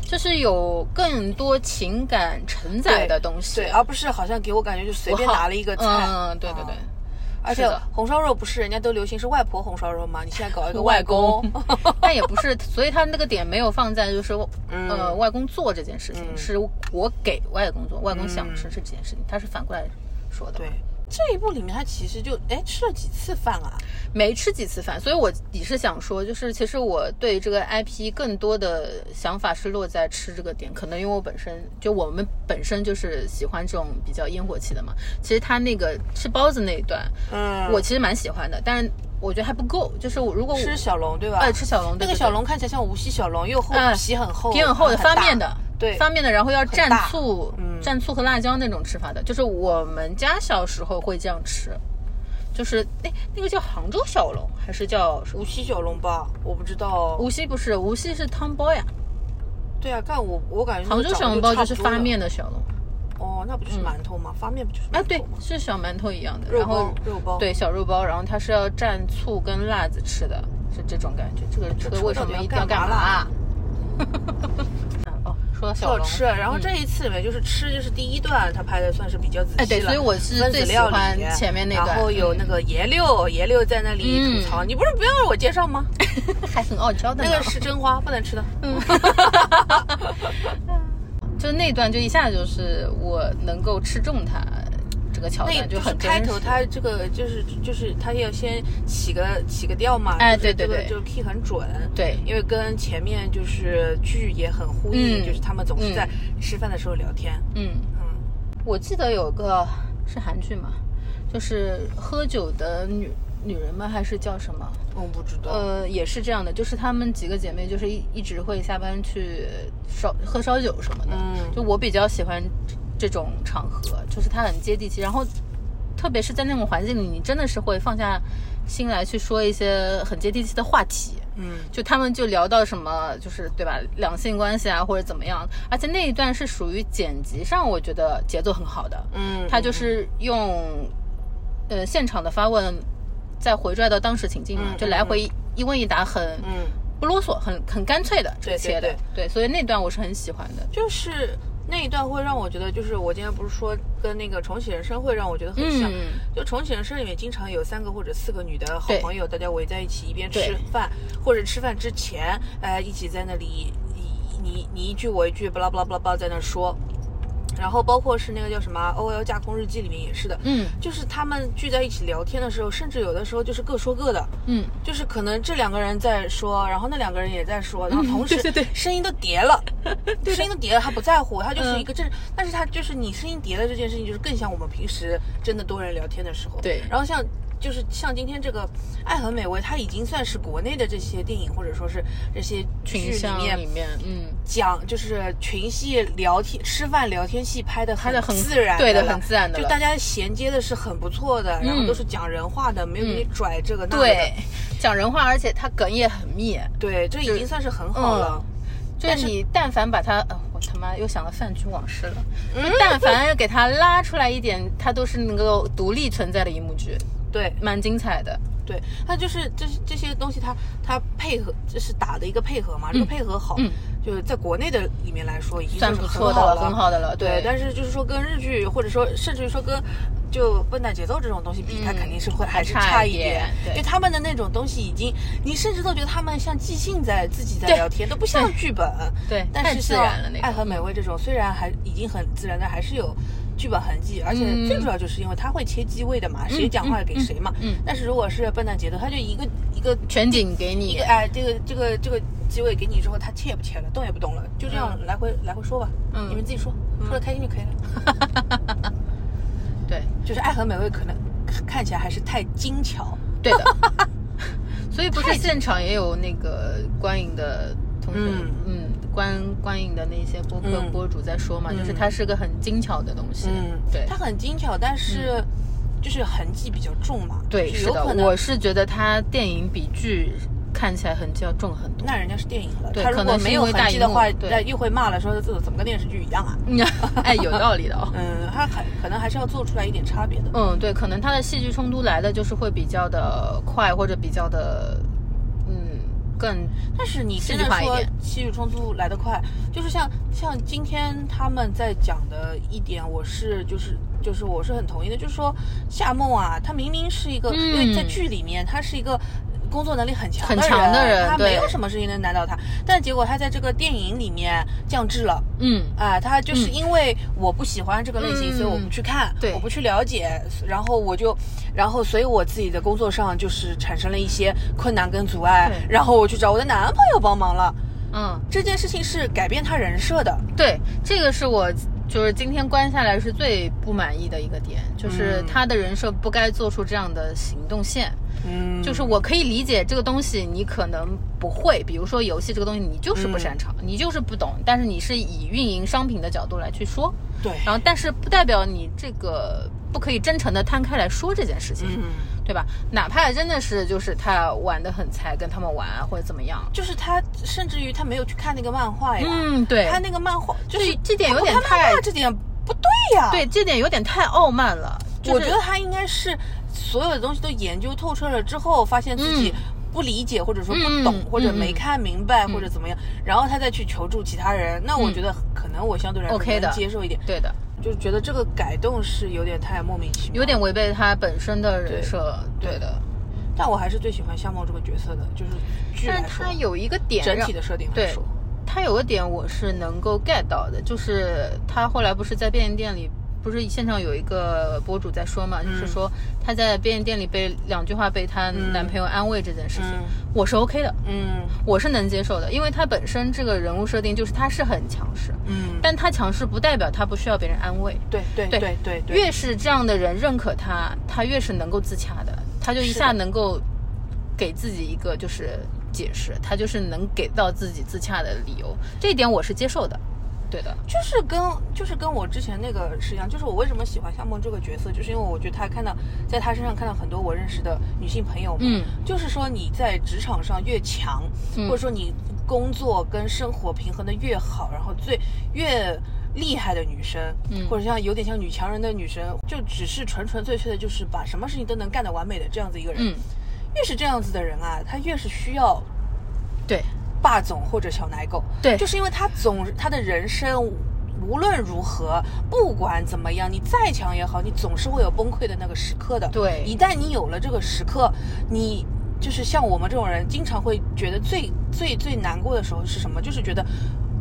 [SPEAKER 4] 就是有更多情感承载的东西。
[SPEAKER 3] 对，而不是好像给我感觉就随
[SPEAKER 4] 我
[SPEAKER 3] 便
[SPEAKER 4] 好
[SPEAKER 3] 拿了一个菜，
[SPEAKER 4] 嗯，对对对
[SPEAKER 3] 啊。而
[SPEAKER 4] 是
[SPEAKER 3] 且
[SPEAKER 4] 的
[SPEAKER 3] 红烧肉不是人家都流行是外婆红烧肉吗？你现在搞一个
[SPEAKER 4] 外
[SPEAKER 3] 公 [laughs] 嗯
[SPEAKER 4] 公， [laughs] 但也不是，所以他那个点没有放在就是，呃，外公做这件事情，是我给外公做，外公
[SPEAKER 3] 嗯
[SPEAKER 4] 想吃这件事情，他是反过来说的。
[SPEAKER 3] 对，这一部里面他其实就哎吃了几次饭啊？
[SPEAKER 4] 没吃几次饭，所以我也是想说，就是其实我对这个 IP 更多的想法是落在吃这个点，可能因为我本身就我们本身就是喜欢这种比较烟火气的嘛。其实他那个吃包子那一段，
[SPEAKER 3] 嗯
[SPEAKER 4] 我其实蛮喜欢的，但是我觉得还不够。就是我如果我
[SPEAKER 3] 吃小龙对吧？
[SPEAKER 4] 哎吃小龙，
[SPEAKER 3] 那
[SPEAKER 4] 对
[SPEAKER 3] 个
[SPEAKER 4] 对
[SPEAKER 3] 小龙看起来像无锡小龙，又厚
[SPEAKER 4] 哎
[SPEAKER 3] 皮很厚，
[SPEAKER 4] 皮很厚的
[SPEAKER 3] 然后
[SPEAKER 4] 发
[SPEAKER 3] 很大
[SPEAKER 4] 面的，
[SPEAKER 3] 对
[SPEAKER 4] 发面的，然后要蘸
[SPEAKER 3] 很大
[SPEAKER 4] 醋，
[SPEAKER 3] 嗯
[SPEAKER 4] 蘸醋和辣椒那种吃法的，就是我们家小时候会这样吃，就是那那个叫杭州小龙还是叫什么
[SPEAKER 3] 无锡小龙吧，我不知道哦。
[SPEAKER 4] 无锡不是，无锡是汤包呀，
[SPEAKER 3] 对啊，干我我感觉
[SPEAKER 4] 杭州小笼包
[SPEAKER 3] 就
[SPEAKER 4] 就是发面的小笼，
[SPEAKER 3] 哦，那不就是馒头吗？发面不就是
[SPEAKER 4] 啊
[SPEAKER 3] 馒
[SPEAKER 4] 嗯对
[SPEAKER 3] 头吗，
[SPEAKER 4] 是小馒头一样的，
[SPEAKER 3] 肉
[SPEAKER 4] 然
[SPEAKER 3] 包
[SPEAKER 4] 后
[SPEAKER 3] 肉包
[SPEAKER 4] 对小肉包，然后它是要蘸醋跟辣子吃的，是这种感觉。这个这个
[SPEAKER 3] 这
[SPEAKER 4] 为什么一定
[SPEAKER 3] 干
[SPEAKER 4] 要干
[SPEAKER 3] 嘛
[SPEAKER 4] 嘛
[SPEAKER 3] 啦
[SPEAKER 4] 啊？ [laughs] 哦，说到
[SPEAKER 3] 特
[SPEAKER 4] 小嗯
[SPEAKER 3] 好
[SPEAKER 4] 笼，
[SPEAKER 3] 吃。然后这一次里面就是吃，就是第一段他拍的算是比较仔细了。
[SPEAKER 4] 哎对所以我是
[SPEAKER 3] 分子
[SPEAKER 4] 最喜
[SPEAKER 3] 料理
[SPEAKER 4] 欢前面那段
[SPEAKER 3] 然后有那个爷六，爷六在那里
[SPEAKER 4] 嗯
[SPEAKER 3] 吐槽，你不是不要让我介绍
[SPEAKER 4] [laughs]
[SPEAKER 3] 吗？
[SPEAKER 4] 还很傲娇的
[SPEAKER 3] 那
[SPEAKER 4] 呢。
[SPEAKER 3] 个是真花，不能吃的。
[SPEAKER 4] [laughs] 就那段就一下就是我能够吃中它这个
[SPEAKER 3] [laughs]
[SPEAKER 4] 桥
[SPEAKER 3] 那
[SPEAKER 4] 段，
[SPEAKER 3] 就
[SPEAKER 4] 很
[SPEAKER 3] 是
[SPEAKER 4] 真
[SPEAKER 3] 开
[SPEAKER 4] 实。
[SPEAKER 3] 头他这个就是就是他要先起个起个调嘛，
[SPEAKER 4] 哎
[SPEAKER 3] 就是这
[SPEAKER 4] 对对
[SPEAKER 3] 个
[SPEAKER 4] 对
[SPEAKER 3] 就是 key 很准，
[SPEAKER 4] 对
[SPEAKER 3] 因为跟前面就是剧也很呼应，
[SPEAKER 4] 嗯
[SPEAKER 3] 就是他们总是
[SPEAKER 4] 嗯
[SPEAKER 3] 在吃饭的时候聊天，
[SPEAKER 4] 嗯，
[SPEAKER 3] 嗯。
[SPEAKER 4] 我记得有个是韩剧嘛，就是喝酒的女女人们还是叫什么？
[SPEAKER 3] 我不知道，
[SPEAKER 4] 呃，也是这样的，就是她们几个姐妹就是一一直会下班去烧喝烧酒什么的。
[SPEAKER 3] 嗯
[SPEAKER 4] 就我比较喜欢这这种场合，就是它很接地气，然后特别是在那种环境里，你真的是会放下心来去说一些很接地气的话题。
[SPEAKER 3] 嗯，
[SPEAKER 4] 就他们就聊到什么，就是对吧，两性关系啊，或者怎么样，而且那一段是属于剪辑上，我觉得节奏很好的，
[SPEAKER 3] 嗯，
[SPEAKER 4] 他就是用呃现场的发问，再回拽到当时情境嘛，
[SPEAKER 3] 嗯
[SPEAKER 4] 就来回一一问一答很，
[SPEAKER 3] 嗯，
[SPEAKER 4] 不啰嗦，很很干脆的这
[SPEAKER 3] 对
[SPEAKER 4] 个切的，
[SPEAKER 3] 对
[SPEAKER 4] 所以那段我是很喜欢的。
[SPEAKER 3] 就是那一段会让我觉得，就是我今天不是说跟那个重启人生会让我觉得很像，
[SPEAKER 4] 嗯，
[SPEAKER 3] 就重启人生里面经常有三个或者四个女的好
[SPEAKER 4] 对
[SPEAKER 3] 朋友，大家围在一起一边吃
[SPEAKER 4] 对
[SPEAKER 3] 饭，或者吃饭之前，大家一起在那里你你你一句我一句，巴拉巴拉巴拉巴拉在那说。然后包括是那个叫什么《O 啊 L 架空日记》里面也是的，
[SPEAKER 4] 嗯
[SPEAKER 3] 就是他们聚在一起聊天的时候，甚至有的时候就是各说各的，
[SPEAKER 4] 嗯，
[SPEAKER 3] 就是可能这两个人在说，然后那两个人也在说，然后同时
[SPEAKER 4] 嗯对对对嗯
[SPEAKER 3] 声音都叠
[SPEAKER 4] [laughs]
[SPEAKER 3] 了，声音都叠了，他不在乎，他就是一个正，但是他就是你声音叠的这件事情，就是更像我们平时真的多人聊天的时候。
[SPEAKER 4] 对
[SPEAKER 3] 然后像就是像今天这个《爱很美味》，它已经算是国内的这些电影或者说是这些剧
[SPEAKER 4] 群
[SPEAKER 3] 里
[SPEAKER 4] 像
[SPEAKER 3] 面
[SPEAKER 4] 里面，嗯，
[SPEAKER 3] 讲就是群戏聊天、吃饭聊天戏拍的
[SPEAKER 4] 拍得很
[SPEAKER 3] 自然，
[SPEAKER 4] 对
[SPEAKER 3] 的
[SPEAKER 4] 的
[SPEAKER 3] 了
[SPEAKER 4] 很自然的
[SPEAKER 3] 就
[SPEAKER 4] 了
[SPEAKER 3] 大家衔接的是很不错的，然后
[SPEAKER 4] 嗯
[SPEAKER 3] 都是讲人话的，没有给你拽这个那个的。
[SPEAKER 4] 对， [laughs] 讲人话，而且他梗也很密，
[SPEAKER 3] 对，这已
[SPEAKER 4] 就嗯
[SPEAKER 3] 经算是很好了。
[SPEAKER 4] 就是你但凡把他，呃、我他妈又想到饭局往事了，
[SPEAKER 3] 嗯
[SPEAKER 4] 就但凡给他拉出来一点，他都是能够独立存在的一幕剧，
[SPEAKER 3] 对
[SPEAKER 4] 蛮精彩的。
[SPEAKER 3] 对，它就是这这些东西它，它配合这是打的一个配合嘛，这个配合好，
[SPEAKER 4] 嗯
[SPEAKER 3] 就是在国内的里面来说已经
[SPEAKER 4] 算
[SPEAKER 3] 是
[SPEAKER 4] 不
[SPEAKER 3] 很
[SPEAKER 4] 错的
[SPEAKER 3] 好
[SPEAKER 4] 了很好的了
[SPEAKER 3] 对，
[SPEAKER 4] 对
[SPEAKER 3] 但是就是说跟日剧或者说甚至于说跟就笨蛋节奏这种东西比，它
[SPEAKER 4] 嗯
[SPEAKER 3] 肯定是会还是
[SPEAKER 4] 差一
[SPEAKER 3] 差一
[SPEAKER 4] 点对
[SPEAKER 3] 就他们的那种东西已经，你甚至都觉得他们像即兴在自己在
[SPEAKER 4] 对
[SPEAKER 3] 聊天，都不像剧本。
[SPEAKER 4] 对
[SPEAKER 3] 但
[SPEAKER 4] 太
[SPEAKER 3] 是
[SPEAKER 4] 自
[SPEAKER 3] 像
[SPEAKER 4] 然了那
[SPEAKER 3] 爱
[SPEAKER 4] 种
[SPEAKER 3] 和美味这种，虽然还已经很自然，但还是有剧本痕迹，而且
[SPEAKER 4] 嗯
[SPEAKER 3] 最主要就是因为它会切机位的嘛，谁讲话给谁嘛。
[SPEAKER 4] 嗯
[SPEAKER 3] 但是如果是笨蛋节奏，它就一个一个
[SPEAKER 4] 全景给
[SPEAKER 3] 一
[SPEAKER 4] 你
[SPEAKER 3] 个，哎，这个这个这个机位给你之后，它切也不切了，动也不动了，就这样来回、来回说吧，
[SPEAKER 4] 嗯
[SPEAKER 3] 你们自己说，说的开心就可以了。
[SPEAKER 4] 对
[SPEAKER 3] 就是爱和美味可能看看起来还是太精巧，
[SPEAKER 4] 对
[SPEAKER 3] [laughs]
[SPEAKER 4] 的。所以不是现场也有那个观影的同学，
[SPEAKER 3] 嗯
[SPEAKER 4] 嗯，观观影的那些播客
[SPEAKER 3] 嗯
[SPEAKER 4] 博主在说嘛，
[SPEAKER 3] 嗯
[SPEAKER 4] 就是它是个很精巧的东西，嗯对嗯
[SPEAKER 3] 它。很精巧，但是就是痕迹比较重嘛，
[SPEAKER 4] 对，
[SPEAKER 3] 就是有
[SPEAKER 4] 的
[SPEAKER 3] 可，能
[SPEAKER 4] 我是觉得它电影比剧看起来痕迹要重很多。
[SPEAKER 3] 那人家是电影了，
[SPEAKER 4] 对
[SPEAKER 3] 他如
[SPEAKER 4] 可
[SPEAKER 3] 果
[SPEAKER 4] 能是
[SPEAKER 3] 没有
[SPEAKER 4] 因为
[SPEAKER 3] 痕
[SPEAKER 4] 大
[SPEAKER 3] 迹
[SPEAKER 4] 荧
[SPEAKER 3] 的话，
[SPEAKER 4] 幕对
[SPEAKER 3] 那又会骂了，说这怎么跟电视剧一样啊？
[SPEAKER 4] 哎，有道理的哦。
[SPEAKER 3] 嗯，他还可能还是要做出来一点差别的。
[SPEAKER 4] 嗯，对，可能它的戏剧冲突来的就是会比较的快，或者比较的，嗯，更
[SPEAKER 3] 但是你真的
[SPEAKER 4] 戏剧化一
[SPEAKER 3] 说
[SPEAKER 4] 点
[SPEAKER 3] 戏剧冲突来得快，就是像像今天他们在讲的一点，我是就是就是我是很同意的，就是说夏梦啊，她明明是一个，因为在
[SPEAKER 4] 嗯
[SPEAKER 3] 剧里面她是一个。工作能力很强的
[SPEAKER 4] 很强的人
[SPEAKER 3] 她没
[SPEAKER 4] 对
[SPEAKER 3] 有什么事情能难倒她，但结果她在这个电影里面降智了，
[SPEAKER 4] 嗯，
[SPEAKER 3] 啊，他就是
[SPEAKER 4] 嗯
[SPEAKER 3] 因为我不喜欢这个类型，
[SPEAKER 4] 嗯
[SPEAKER 3] 所以我不去看，
[SPEAKER 4] 对
[SPEAKER 3] 我不去了解，然后我就，然后所以我自己的工作上就是产生了一些困难跟阻碍
[SPEAKER 4] 对，
[SPEAKER 3] 然后我去找我的男朋友帮忙了。
[SPEAKER 4] 嗯，
[SPEAKER 3] 这件事情是改变他人设的，
[SPEAKER 4] 对，这个是我就是今天观下来是最不满意的一个点，就是
[SPEAKER 3] 嗯
[SPEAKER 4] 他的人设不该做出这样的行动线。
[SPEAKER 3] 嗯
[SPEAKER 4] 就是我可以理解这个东西，你可能不会，比如说游戏这个东西，你就是
[SPEAKER 3] 嗯
[SPEAKER 4] 不擅长，你就是不懂，但是你是以运营商品的角度来去说，
[SPEAKER 3] 对，
[SPEAKER 4] 然后但是不代表你这个不可以真诚的摊开来说这件事情，
[SPEAKER 3] 嗯，
[SPEAKER 4] 对吧？哪怕真的是就是他玩的很菜，跟他们玩啊或者怎么样，
[SPEAKER 3] 就是他甚至于他没有去看那个漫哎画呀，
[SPEAKER 4] 嗯，对，
[SPEAKER 3] 看那个漫画就是
[SPEAKER 4] 对这点有
[SPEAKER 3] 他不
[SPEAKER 4] 点
[SPEAKER 3] 看漫画
[SPEAKER 4] 太
[SPEAKER 3] 这点不对呀，
[SPEAKER 4] 对这点有点太傲慢了，就是、
[SPEAKER 3] 我觉得他应该是所有的东西都研究透彻了之后，发现自己不理解，或者说不懂，
[SPEAKER 4] 嗯
[SPEAKER 3] 或者
[SPEAKER 4] 嗯
[SPEAKER 3] 没看明白，或者怎么样，然后他再去求助其他人。那我觉得可能我相对来说
[SPEAKER 4] 嗯 OK 的
[SPEAKER 3] 能接受一点，
[SPEAKER 4] 对的，
[SPEAKER 3] 就是觉得这个改动是有点太莫名其妙，
[SPEAKER 4] 有点。违背他本身的
[SPEAKER 3] 对
[SPEAKER 4] 人设，对的，
[SPEAKER 3] 但我还是最喜欢夏梦这个角色的，就是剧
[SPEAKER 4] 但
[SPEAKER 3] 来
[SPEAKER 4] 是
[SPEAKER 3] 说
[SPEAKER 4] 他，有一个点
[SPEAKER 3] 整
[SPEAKER 4] 让
[SPEAKER 3] 体的设定来
[SPEAKER 4] 对
[SPEAKER 3] 说，
[SPEAKER 4] 他有个点我是能够 get 到的，就是他后来不是在便利店里，不是现场有一个博主在说嘛，
[SPEAKER 3] 嗯
[SPEAKER 4] 就是说他在便利店里被两句话被她男朋友安慰这件事情，
[SPEAKER 3] 嗯
[SPEAKER 4] 我是 OK 的，
[SPEAKER 3] 嗯
[SPEAKER 4] 我是能接受的，因为他本身这个人物设定就是他是很强势，
[SPEAKER 3] 嗯，
[SPEAKER 4] 但他强势不代表他不需要别人安慰，
[SPEAKER 3] 对对
[SPEAKER 4] 对
[SPEAKER 3] 对对对，
[SPEAKER 4] 越是这样的人认可他，他越是能够自洽的，他就一
[SPEAKER 3] 是
[SPEAKER 4] 下
[SPEAKER 3] 的
[SPEAKER 4] 能够给自己一个就是解释，他就是能给到自己自洽的理由，这一点我是接受的，对的，
[SPEAKER 3] 就是跟就是跟我之前那个是一样，就是我为什么喜欢夏梦这个角色，就是因为我觉得她看到在她身上看到很多我认识的女性朋友嘛，
[SPEAKER 4] 嗯，
[SPEAKER 3] 就是说你在职场上越强，
[SPEAKER 4] 嗯
[SPEAKER 3] 或者说你工作跟生活平衡的越好，然后最越。厉害的女生，
[SPEAKER 4] 嗯
[SPEAKER 3] 或者像有点像女强人的女生，就只是纯纯粹粹的，就是把什么事情都能干得完美的这样子一个人。
[SPEAKER 4] 嗯，
[SPEAKER 3] 越是这样子的人啊，他越是需要
[SPEAKER 4] 对
[SPEAKER 3] 霸总或者小奶狗。
[SPEAKER 4] 对
[SPEAKER 3] 就是因为他总他的人生无论如何，不管怎么样，你再强也好，你总是会有崩溃的那个时刻的。
[SPEAKER 4] 对
[SPEAKER 3] 一旦你有了这个时刻，你就是像我们这种人，经常会觉得最最最难过的时候是什么？就是觉得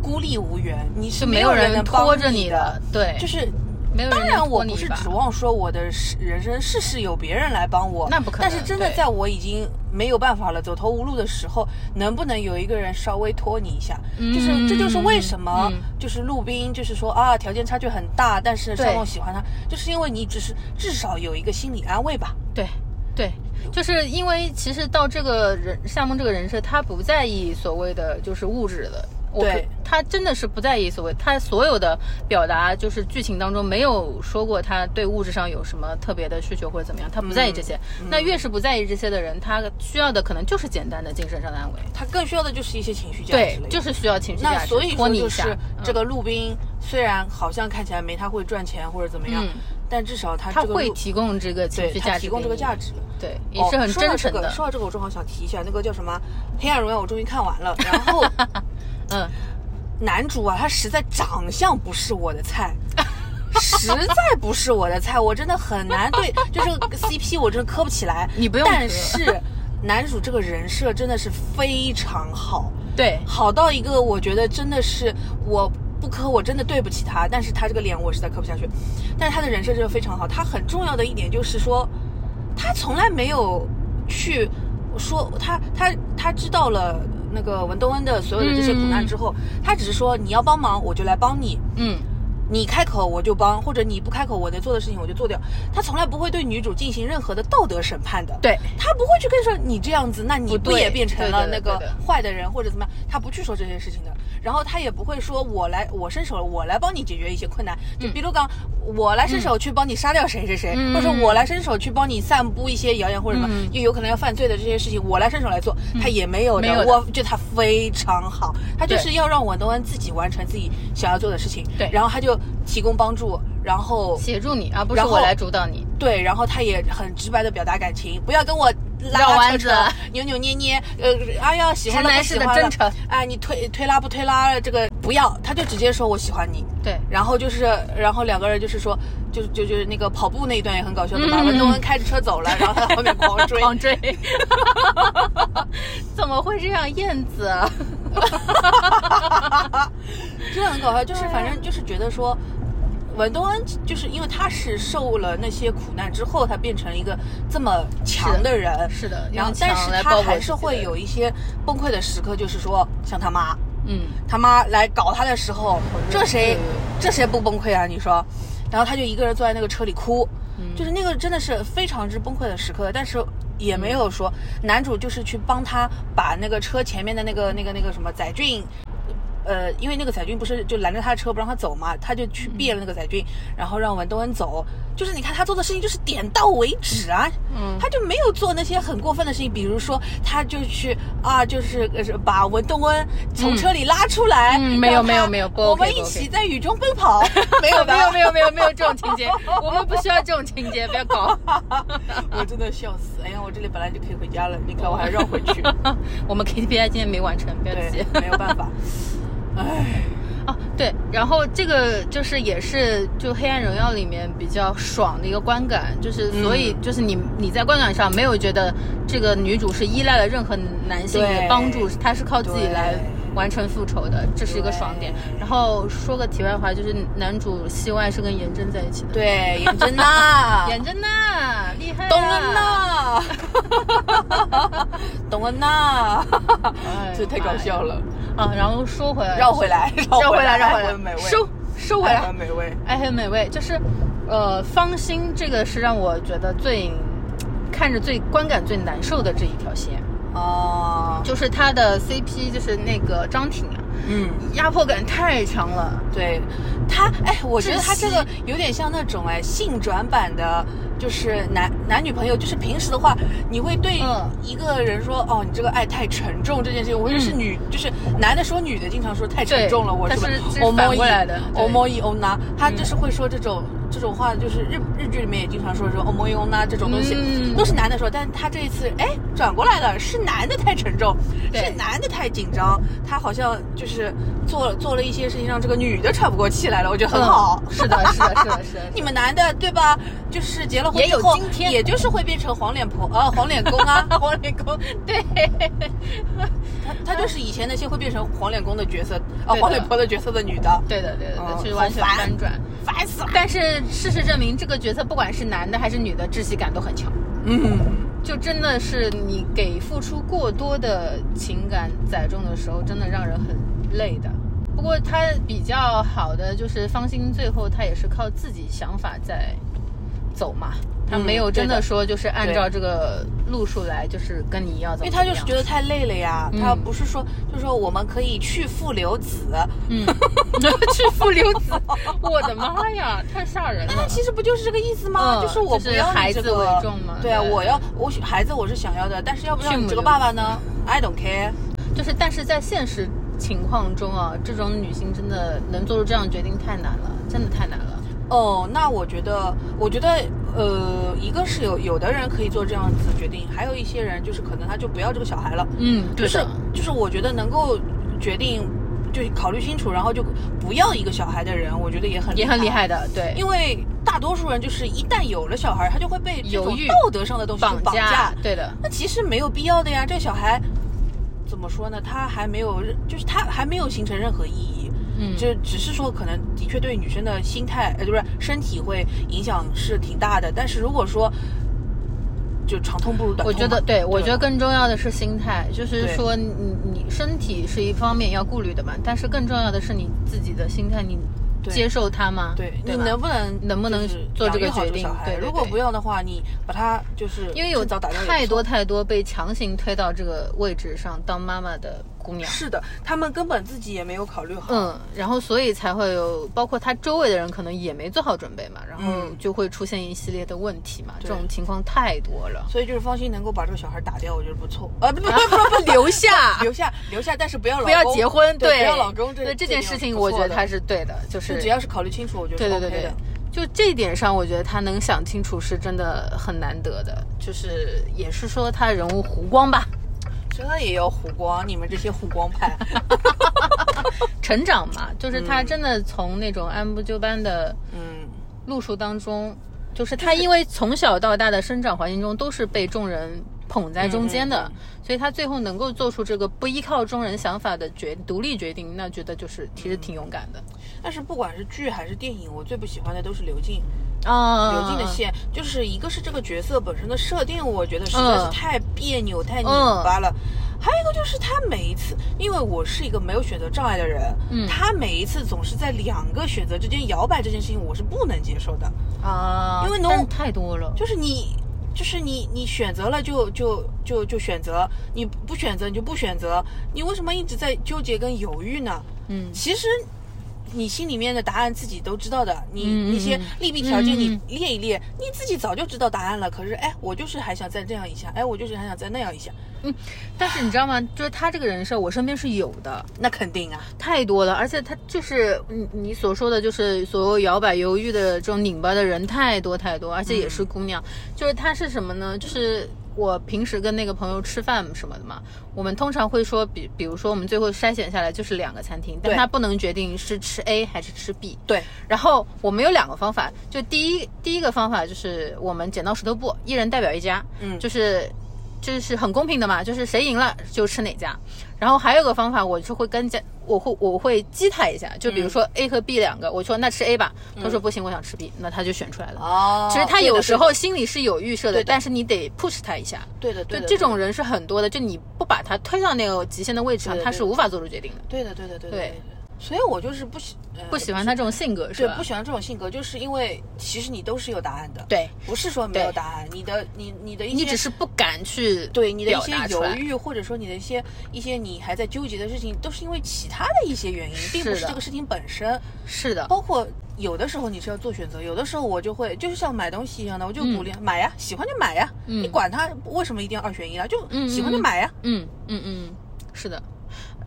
[SPEAKER 3] 孤立无援，你是
[SPEAKER 4] 就没
[SPEAKER 3] 有
[SPEAKER 4] 人
[SPEAKER 3] 能帮
[SPEAKER 4] 拖着你
[SPEAKER 3] 的
[SPEAKER 4] 的，，对，
[SPEAKER 3] 就是。
[SPEAKER 4] 没有人
[SPEAKER 3] 当然，
[SPEAKER 4] 能
[SPEAKER 3] 我
[SPEAKER 4] 拖你
[SPEAKER 3] 不
[SPEAKER 4] 一
[SPEAKER 3] 是
[SPEAKER 4] 把
[SPEAKER 3] 指望说我的事人生事事有别人来帮我，
[SPEAKER 4] 那不可能
[SPEAKER 3] 但是真的
[SPEAKER 4] 对
[SPEAKER 3] 在我已经没有办法了、走投无路的时候，能不能有一个人稍微拖你一下？就是这就是为什么
[SPEAKER 4] 嗯
[SPEAKER 3] 就是陆冰，就是说啊，条件差距很大，但是
[SPEAKER 4] 对
[SPEAKER 3] 尚龙喜欢他，就是因为你只是至少有一个心理安慰吧。
[SPEAKER 4] 对对，就是因为其实到这个人夏梦这个人设，他不在意所谓的就是物质的。我可
[SPEAKER 3] 对
[SPEAKER 4] 他真的是不在意所谓，他所有的表达就是剧情当中没有说过他对物质上有什么特别的需求或者怎么样，他不在意这些。
[SPEAKER 3] 嗯
[SPEAKER 4] 那越是不在意这些的人，他需要的可能就是简单的精神上的安慰，
[SPEAKER 3] 他更需要的就是一些情绪价值
[SPEAKER 4] 对
[SPEAKER 3] 类的，
[SPEAKER 4] 就是需要情绪价
[SPEAKER 3] 那
[SPEAKER 4] 值，
[SPEAKER 3] 所以
[SPEAKER 4] 托
[SPEAKER 3] 说
[SPEAKER 4] 你
[SPEAKER 3] 就
[SPEAKER 4] 一下
[SPEAKER 3] 是。这
[SPEAKER 4] 嗯
[SPEAKER 3] 个陆冰，虽然好像看起来没他会赚钱或者怎么样，
[SPEAKER 4] 嗯
[SPEAKER 3] 但至少他
[SPEAKER 4] 他
[SPEAKER 3] 这个
[SPEAKER 4] 会
[SPEAKER 3] 陆
[SPEAKER 4] 提供这个情
[SPEAKER 3] 对
[SPEAKER 4] 绪
[SPEAKER 3] 他
[SPEAKER 4] 价值，
[SPEAKER 3] 提供这个价，值了。
[SPEAKER 4] 对，也
[SPEAKER 3] 哦
[SPEAKER 4] 是很
[SPEAKER 3] 说到
[SPEAKER 4] 真诚
[SPEAKER 3] 这个
[SPEAKER 4] 的。
[SPEAKER 3] 说到这个，我正好想提一下，那个叫什么《黑暗荣耀》，我终于看完了。然后
[SPEAKER 4] [laughs] 嗯，
[SPEAKER 3] 男主啊，他实在长相不是我的菜。实在不是我的菜，我真的很难对，就是 CP 我真的磕不起来。
[SPEAKER 4] 你不用
[SPEAKER 3] 但
[SPEAKER 4] 磕
[SPEAKER 3] 是男主这个人设真的是非常好，
[SPEAKER 4] 对，
[SPEAKER 3] 好到一个我觉得真的是我不磕我真的对不起他，但是他这个脸我实在磕不下去。但是他的人设真的非常好，他很重要的一点就是说，他从来没有去说他他他知道了那个文东恩的所有的这些苦难之后，他只是说你要帮忙我就来帮你，
[SPEAKER 4] 嗯，
[SPEAKER 3] 你开口我就帮，或者你不开口我能做的事情我就做掉。他从来不会对女主进行任何的道德审判的。
[SPEAKER 4] 对，
[SPEAKER 3] 他不会去跟你说你这样子，那你
[SPEAKER 4] 不
[SPEAKER 3] 不
[SPEAKER 4] 对
[SPEAKER 3] 也变成
[SPEAKER 4] 对
[SPEAKER 3] 了
[SPEAKER 4] 的
[SPEAKER 3] 那
[SPEAKER 4] 对
[SPEAKER 3] 个
[SPEAKER 4] 的
[SPEAKER 3] 坏的人或者怎么样？他不去说这些事情的。然后他也不会说我来我伸手了，我来帮你解决一些困难。就比如讲，我来伸手去帮你杀掉谁谁谁，
[SPEAKER 4] 嗯
[SPEAKER 3] 或者我来伸手去帮你散布一些谣言或者什么，
[SPEAKER 4] 嗯
[SPEAKER 3] 又有可能要犯罪的这些事情，我来伸手来做，他也没有的。
[SPEAKER 4] 没有的
[SPEAKER 3] 我觉得他非常好，他就
[SPEAKER 4] 对
[SPEAKER 3] 是要让文东恩自己完成自己想要做的事情。
[SPEAKER 4] 对
[SPEAKER 3] 然后他就提供帮助，然后
[SPEAKER 4] 协助你，而不是
[SPEAKER 3] 然后
[SPEAKER 4] 我来主导你。
[SPEAKER 3] 对，然后他也很直白的表达感情，不要跟我拉
[SPEAKER 4] 绕
[SPEAKER 3] 拉扯
[SPEAKER 4] 弯
[SPEAKER 3] 扯
[SPEAKER 4] 子、
[SPEAKER 3] 扭扭捏捏，呃，哎呀，喜欢了
[SPEAKER 4] 直男
[SPEAKER 3] 不
[SPEAKER 4] 式
[SPEAKER 3] 喜
[SPEAKER 4] 的
[SPEAKER 3] 欢了
[SPEAKER 4] 真诚，
[SPEAKER 3] 哎，你推推拉不推拉，这个不要，他就直接说我喜欢你。
[SPEAKER 4] 对，
[SPEAKER 3] 然后就是，然后两个人就是说，就就就是那个跑步那一段也很搞笑，对吧？
[SPEAKER 4] 嗯
[SPEAKER 3] 文东恩开着车走了，然后他在后面狂追，
[SPEAKER 4] [laughs] 狂追，怎么会这样？燕子啊，
[SPEAKER 3] [laughs] 真的很搞笑。就是
[SPEAKER 4] 啊
[SPEAKER 3] 反正就是觉得说，文东恩就是因为他是受了那些苦难之后，他变成了一个这么强的人，
[SPEAKER 4] 是的
[SPEAKER 3] 然后
[SPEAKER 4] 用强
[SPEAKER 3] 但是
[SPEAKER 4] 来
[SPEAKER 3] 他
[SPEAKER 4] 包裹
[SPEAKER 3] 还
[SPEAKER 4] 自
[SPEAKER 3] 是
[SPEAKER 4] 己
[SPEAKER 3] 会
[SPEAKER 4] 的
[SPEAKER 3] 有一些崩溃的时刻，就是说像他妈，
[SPEAKER 4] 嗯，
[SPEAKER 3] 他妈来搞他的时候，这谁
[SPEAKER 4] 对
[SPEAKER 3] 这谁不崩溃啊？你说，然后他就一个人坐在那个车里哭，
[SPEAKER 4] 嗯
[SPEAKER 3] 就是那个真的是非常之崩溃的时刻，但是也
[SPEAKER 4] 嗯
[SPEAKER 3] 没有说男主就是去帮他把那个车前面的那个那个那个什么载俊。呃，因为那个载俊不是就拦着他的车不让他走嘛，他就去别了那个载俊，然后让文东恩走。就是你看他做的事情就是点到为止啊，
[SPEAKER 4] 嗯
[SPEAKER 3] 他就没有做那些很过分的事情，比如说他就去啊，就是呃是把文东恩从车里拉出来，
[SPEAKER 4] 嗯没有
[SPEAKER 3] 让他
[SPEAKER 4] 没有没有不
[SPEAKER 3] 我
[SPEAKER 4] OK，
[SPEAKER 3] 们
[SPEAKER 4] 不
[SPEAKER 3] 一
[SPEAKER 4] OK
[SPEAKER 3] 起在雨中奔跑，嗯没有吧
[SPEAKER 4] 没有没有没有没有这种情节，我们不需要这种情节，不要搞，
[SPEAKER 3] [laughs] 我真的笑死！哎呀，我这里本来就可以回家了，你看我还绕回去，
[SPEAKER 4] 我们 KPI 今天没完成，不要急
[SPEAKER 3] [laughs] 对，没有办法。
[SPEAKER 4] 哦。对，然后这个就是也是就《黑暗荣耀》里面比较爽的一个观感，就是所以
[SPEAKER 3] 嗯
[SPEAKER 4] 就是你你在观感上没有觉得这个女主是依赖了任何男性的
[SPEAKER 3] 对
[SPEAKER 4] 帮助，她是靠自己
[SPEAKER 3] 对
[SPEAKER 4] 来完成复仇的，这是一个爽点。
[SPEAKER 3] 对
[SPEAKER 4] 然后说个题外话，就是男主戏外是跟颜真在一起的。
[SPEAKER 3] 对，颜真 [laughs] 呐，
[SPEAKER 4] 演真呐，厉害、啊！
[SPEAKER 3] 东恩，
[SPEAKER 4] [laughs]
[SPEAKER 3] 呐，东恩呐，这太搞笑了。
[SPEAKER 4] 啊！哎然后说回来，
[SPEAKER 3] 绕回来，哎
[SPEAKER 4] 绕回来，绕回
[SPEAKER 3] 爱很美
[SPEAKER 4] 来，
[SPEAKER 3] 味，
[SPEAKER 4] 收收回
[SPEAKER 3] 爱
[SPEAKER 4] 来
[SPEAKER 3] 很，美味。
[SPEAKER 4] 爱哎很美味，就是呃，芳心这个是让我觉得最看着最观感最难受的这一条线，
[SPEAKER 3] 哦，
[SPEAKER 4] 就是他的 CP，就是那个张挺啊，
[SPEAKER 3] 嗯，
[SPEAKER 4] 压迫感太强了。
[SPEAKER 3] 对他，哎，我觉得
[SPEAKER 4] 窒
[SPEAKER 3] 他这个
[SPEAKER 4] 息
[SPEAKER 3] 有点像那种哎性转版的，就是男男女朋友，就是平时的话，你会对
[SPEAKER 4] 嗯
[SPEAKER 3] 一个人说，哦，你这个爱太沉重这件事情，我觉得是女，就是男的说女的经常说太沉重了，
[SPEAKER 4] 对
[SPEAKER 3] 我哦
[SPEAKER 4] 但
[SPEAKER 3] 什么
[SPEAKER 4] 是这是
[SPEAKER 3] 欧
[SPEAKER 4] 反
[SPEAKER 3] 莫伊
[SPEAKER 4] 过来的对嗯
[SPEAKER 3] 欧莫伊欧娜，他就是会说这种。这种话就是日日剧里面也经常说说欧莫伊欧娜这种东西、
[SPEAKER 4] 嗯
[SPEAKER 3] 都是男的说，但是他这一次哎转过来了，是男的太沉重，
[SPEAKER 4] 对
[SPEAKER 3] 是男的太紧张，他好像就是做做了一些事情，让这个女的喘不过气来了，我觉得很好。
[SPEAKER 4] 嗯是的，是的，
[SPEAKER 3] [laughs]
[SPEAKER 4] 是的，是的。
[SPEAKER 3] 你们男的对吧？就是结了婚
[SPEAKER 4] 也
[SPEAKER 3] 之
[SPEAKER 4] 有
[SPEAKER 3] 后，
[SPEAKER 4] 今天，
[SPEAKER 3] 就是会变成黄脸婆呃黄脸公啊
[SPEAKER 4] [laughs] 黄脸公，对，
[SPEAKER 3] [laughs] 他他就是以前那些会变成黄脸公的角色啊、
[SPEAKER 4] 对的
[SPEAKER 3] 黄脸婆的角色的女的，
[SPEAKER 4] 对的，对的，对
[SPEAKER 3] 哦
[SPEAKER 4] 的，就是完全
[SPEAKER 3] 好烦
[SPEAKER 4] 翻转。
[SPEAKER 3] 烦死了。
[SPEAKER 4] 但是事实证明，这个角色不管是男的还是女的，窒息感都很强。
[SPEAKER 3] 嗯，
[SPEAKER 4] 就真的是你给付出过多的情感载重的时候，真的让人很累的。不过他比较好的就是方心，最后他也是靠自己想法在走嘛，他
[SPEAKER 3] 嗯
[SPEAKER 4] 没有真
[SPEAKER 3] 对
[SPEAKER 4] 的
[SPEAKER 3] 的
[SPEAKER 4] 说就是按照这个路数来，就是跟你要
[SPEAKER 3] 因
[SPEAKER 4] 怎么
[SPEAKER 3] 为
[SPEAKER 4] 怎么
[SPEAKER 3] 他
[SPEAKER 4] 样。
[SPEAKER 3] 就是觉得太累了呀，
[SPEAKER 4] 嗯
[SPEAKER 3] 他不是说就是说我们可以去父留子，
[SPEAKER 4] 嗯， [laughs] 去父留子，我的妈呀，太吓人
[SPEAKER 3] 那
[SPEAKER 4] 了。
[SPEAKER 3] 其实不就是这个意思吗？
[SPEAKER 4] 嗯
[SPEAKER 3] 就是我不要你这
[SPEAKER 4] 就是
[SPEAKER 3] 个
[SPEAKER 4] 孩子为重嘛
[SPEAKER 3] 对啊，
[SPEAKER 4] 对
[SPEAKER 3] 我要我孩子我是想要的，但是要不要
[SPEAKER 4] 父母
[SPEAKER 3] 你这个
[SPEAKER 4] 就
[SPEAKER 3] 爸爸呢？I don't care。
[SPEAKER 4] 就是，但是在现实情况中啊，这种女性真的能做出这样的决定太难了，真的太难了。
[SPEAKER 3] 哦，那我觉得，我觉得，呃，一个是有有的人可以做这样子决定，还有一些人就是可能他就不要这个小孩了。
[SPEAKER 4] 嗯，
[SPEAKER 3] 就
[SPEAKER 4] 对
[SPEAKER 3] 是
[SPEAKER 4] 的。
[SPEAKER 3] 就是我觉得能够决定，就考虑清楚，然后就不要一个小孩的人，我觉得也很
[SPEAKER 4] 也很厉害。的，对，
[SPEAKER 3] 因为大多数人就是一旦有了小孩，他就会被这
[SPEAKER 4] 犹
[SPEAKER 3] 种
[SPEAKER 4] 豫
[SPEAKER 3] 道德上的东西绑
[SPEAKER 4] 绑
[SPEAKER 3] 架。
[SPEAKER 4] 对的，
[SPEAKER 3] 那其实没有必要的呀。这个小孩怎么说呢？他还没有任，就是他还没有形成任何意义。
[SPEAKER 4] 嗯
[SPEAKER 3] 就只是说可能的确对女生的心态，呃，就是身体会影响是挺大的。但是如果说就长痛不如短
[SPEAKER 4] 我
[SPEAKER 3] 痛嘛，
[SPEAKER 4] 觉得对，我觉得
[SPEAKER 3] 吧
[SPEAKER 4] 更重要的是心态，就是
[SPEAKER 3] 对
[SPEAKER 4] 说你你身体是一方面要顾虑的嘛，但是更重要的是你自己的心态，你
[SPEAKER 3] 对
[SPEAKER 4] 接受它吗？
[SPEAKER 3] 对
[SPEAKER 4] 对
[SPEAKER 3] 你
[SPEAKER 4] 吧
[SPEAKER 3] 能不能
[SPEAKER 4] 能不能
[SPEAKER 3] 就是
[SPEAKER 4] 做这
[SPEAKER 3] 养育
[SPEAKER 4] 个
[SPEAKER 3] 好
[SPEAKER 4] 决
[SPEAKER 3] 个
[SPEAKER 4] 定
[SPEAKER 3] 小孩
[SPEAKER 4] 对对
[SPEAKER 3] 如果
[SPEAKER 4] 对
[SPEAKER 3] 不要的话，你把他就是
[SPEAKER 4] 因为有
[SPEAKER 3] 趁早打掉也
[SPEAKER 4] 太
[SPEAKER 3] 不
[SPEAKER 4] 多
[SPEAKER 3] 错
[SPEAKER 4] 太多被强行推到这个位置上当妈妈的姑娘，
[SPEAKER 3] 是的，他们根本自己也没有考虑好。
[SPEAKER 4] 嗯，然后所以才会有，包括他周围的人可能也没做好准备嘛，然后
[SPEAKER 3] 嗯
[SPEAKER 4] 就会出现一系列的问题嘛，这
[SPEAKER 3] 对
[SPEAKER 4] 种情况太多
[SPEAKER 3] [laughs]
[SPEAKER 4] 了。
[SPEAKER 3] 所以就是方心能够把这个小孩打掉，我觉得不错。啊，不不不
[SPEAKER 4] [laughs]
[SPEAKER 3] 不不，
[SPEAKER 4] 留
[SPEAKER 3] [laughs]
[SPEAKER 4] 下，
[SPEAKER 3] 留下留下，但是不要老
[SPEAKER 4] 不要
[SPEAKER 3] 公
[SPEAKER 4] 结婚，
[SPEAKER 3] 不要老公。
[SPEAKER 4] 对
[SPEAKER 3] 这
[SPEAKER 4] 这件事情，我觉得他是对的，就是
[SPEAKER 3] 是只要是考虑清楚，我觉得
[SPEAKER 4] 对
[SPEAKER 3] 是 OK
[SPEAKER 4] 对对
[SPEAKER 3] 的。
[SPEAKER 4] 对，就这一点上，我觉得他能想清楚是真的很难得的，就是也是说他人物弧光吧，
[SPEAKER 3] 这也要湖光，你们这些湖光 [laughs] 派。
[SPEAKER 4] 成长嘛，就是他
[SPEAKER 3] 嗯
[SPEAKER 4] 真的从那种按部就班的
[SPEAKER 3] 嗯，
[SPEAKER 4] 路数当中，就是他因为从小到大的生长环境中都是被众人捧在中间的，所以他最后能够做出这个不依靠众人想法的决独立决定，那觉得就是其实挺勇敢的。
[SPEAKER 3] 但是不管是剧还是电影，我最不喜欢的都是刘静。
[SPEAKER 4] 啊，
[SPEAKER 3] 刘静的线，就是一个是这个角色本身的设定，我觉得实在是
[SPEAKER 4] 嗯
[SPEAKER 3] 太别扭、太拧巴了。还有一个就是他每一次，因为我是一个没有选择障碍的人，
[SPEAKER 4] 嗯
[SPEAKER 3] 他每一次总是在两个选择之间摇摆，这件事情我是不能接受的。
[SPEAKER 4] 啊，
[SPEAKER 3] 因为
[SPEAKER 4] 但
[SPEAKER 3] 农
[SPEAKER 4] 太多了，
[SPEAKER 3] 就是你，就是你，你选择了就就就就选择，你不选择你就不选择，你为什么一直在纠结跟犹豫呢？
[SPEAKER 4] 嗯
[SPEAKER 3] 其实你心里面的答案自己都知道的，你、
[SPEAKER 4] 嗯嗯
[SPEAKER 3] 那些
[SPEAKER 4] 嗯
[SPEAKER 3] 利弊条件你
[SPEAKER 4] 嗯
[SPEAKER 3] 列一列，你自己早就知道答案了。可是哎，我就是还想再这样一下，哎，我就是还想再那样一下，
[SPEAKER 4] 但是你知道吗？就是他这个人设，我身边是有的，
[SPEAKER 3] 那肯定啊，
[SPEAKER 4] 太多了，而且他就是你你所说的，就是所谓摇摆犹豫的这种拧巴的人太多太多，而且也是姑娘。就是他是什么呢？就是我平时跟那个朋友吃饭什么的嘛，我们通常会说，比比如说我们最后筛选下来就是两个餐厅，但
[SPEAKER 3] 对
[SPEAKER 4] 他不能决定是吃 A 还是吃 B。
[SPEAKER 3] 对，
[SPEAKER 4] 然后我们有两个方法，就第一第一个方法就是我们剪刀石头布，一人代表一家，
[SPEAKER 3] 嗯
[SPEAKER 4] 就是就是很公平的嘛，就是谁赢了就吃哪家。然后还有个方法，我就会跟家，我会我会激他一下，就比如
[SPEAKER 3] 嗯
[SPEAKER 4] 说 A 和 B 两个，我说那吃 A 吧，他说不行，我想吃 B，那他就选出来了。
[SPEAKER 3] 哦
[SPEAKER 4] 其实他
[SPEAKER 3] 对的
[SPEAKER 4] 有时候心里是有预设的，
[SPEAKER 3] 对的
[SPEAKER 4] 但是你得 push 他一下。
[SPEAKER 3] 对的，
[SPEAKER 4] 就
[SPEAKER 3] 对的，
[SPEAKER 4] 这种人是很多的，就你不把他推到那个极限的位置上
[SPEAKER 3] 对，的
[SPEAKER 4] 他是
[SPEAKER 3] 对的
[SPEAKER 4] 无法做出决定的。
[SPEAKER 3] 对的，对的，对的，对的
[SPEAKER 4] 对
[SPEAKER 3] 对的所以我就是不喜、呃
[SPEAKER 4] 不喜欢他这种性格，是
[SPEAKER 3] 对
[SPEAKER 4] 吧？
[SPEAKER 3] 不喜欢这种性格，就是因为其实你都是有答案的，，
[SPEAKER 4] 对，
[SPEAKER 3] 不是说没有
[SPEAKER 4] 对
[SPEAKER 3] 答案，你的你你的一些
[SPEAKER 4] 你只是不敢去
[SPEAKER 3] 对你的一
[SPEAKER 4] 表
[SPEAKER 3] 些
[SPEAKER 4] 达出
[SPEAKER 3] 犹
[SPEAKER 4] 来。
[SPEAKER 3] 豫，或者说你的一些一些你还在纠结的事情，都是因为其他的一啊些原因，并不
[SPEAKER 4] 是
[SPEAKER 3] 是
[SPEAKER 4] 的
[SPEAKER 3] 这个事情本身。
[SPEAKER 4] 是的，
[SPEAKER 3] 包括有的时候你是要做选择，有的时候我就会就是像买东西一样的，我就鼓励、买呀，喜欢就买呀，
[SPEAKER 4] 嗯
[SPEAKER 3] 你管他为什么一定要二选一啊，就
[SPEAKER 4] 嗯
[SPEAKER 3] 喜欢就买呀。
[SPEAKER 4] 嗯嗯嗯，是的，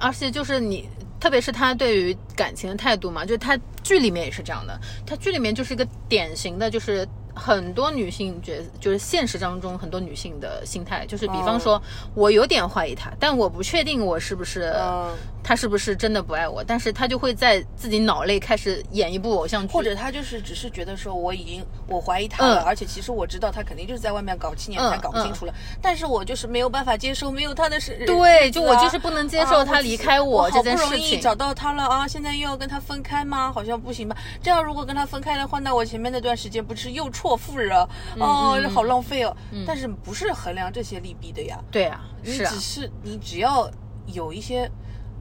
[SPEAKER 4] 而且就是你，特别是他对于感情的态度嘛，就是他剧里面也是这样的，他剧里面就是一个典型的，就是呃很多女性角，就是现实当中很多女性的心态，就是
[SPEAKER 3] 嗯
[SPEAKER 4] 比方说，我有点怀疑他，但我不确定我是不是、
[SPEAKER 3] 嗯
[SPEAKER 4] 他是不是真的不爱我，但是他就会在自己脑内开始演一部偶像剧，
[SPEAKER 3] 或者他就是只是觉得说我已经我怀疑他了，
[SPEAKER 4] 嗯
[SPEAKER 3] 而且其实我知道他肯定就是在外面搞七年
[SPEAKER 4] 嗯
[SPEAKER 3] 才搞不清楚了，但是我就是没有办法接受没有他的事。
[SPEAKER 4] 对，
[SPEAKER 3] 日子
[SPEAKER 4] 就我
[SPEAKER 3] 啊
[SPEAKER 4] 就是不能接受
[SPEAKER 3] 啊
[SPEAKER 4] 他离开
[SPEAKER 3] 我
[SPEAKER 4] 这件
[SPEAKER 3] 好不
[SPEAKER 4] 事
[SPEAKER 3] 容易
[SPEAKER 4] 情。
[SPEAKER 3] 找到他了啊，现在又要跟他分开吗？好像不行吧。这样如果跟他分开的话，那我前面那段时间不是又错付了？哦，
[SPEAKER 4] 嗯嗯
[SPEAKER 3] 好浪费哦。但是不是衡量这些利弊的呀？
[SPEAKER 4] 对啊，
[SPEAKER 3] 你
[SPEAKER 4] 是啊
[SPEAKER 3] 只，是你只要有一些。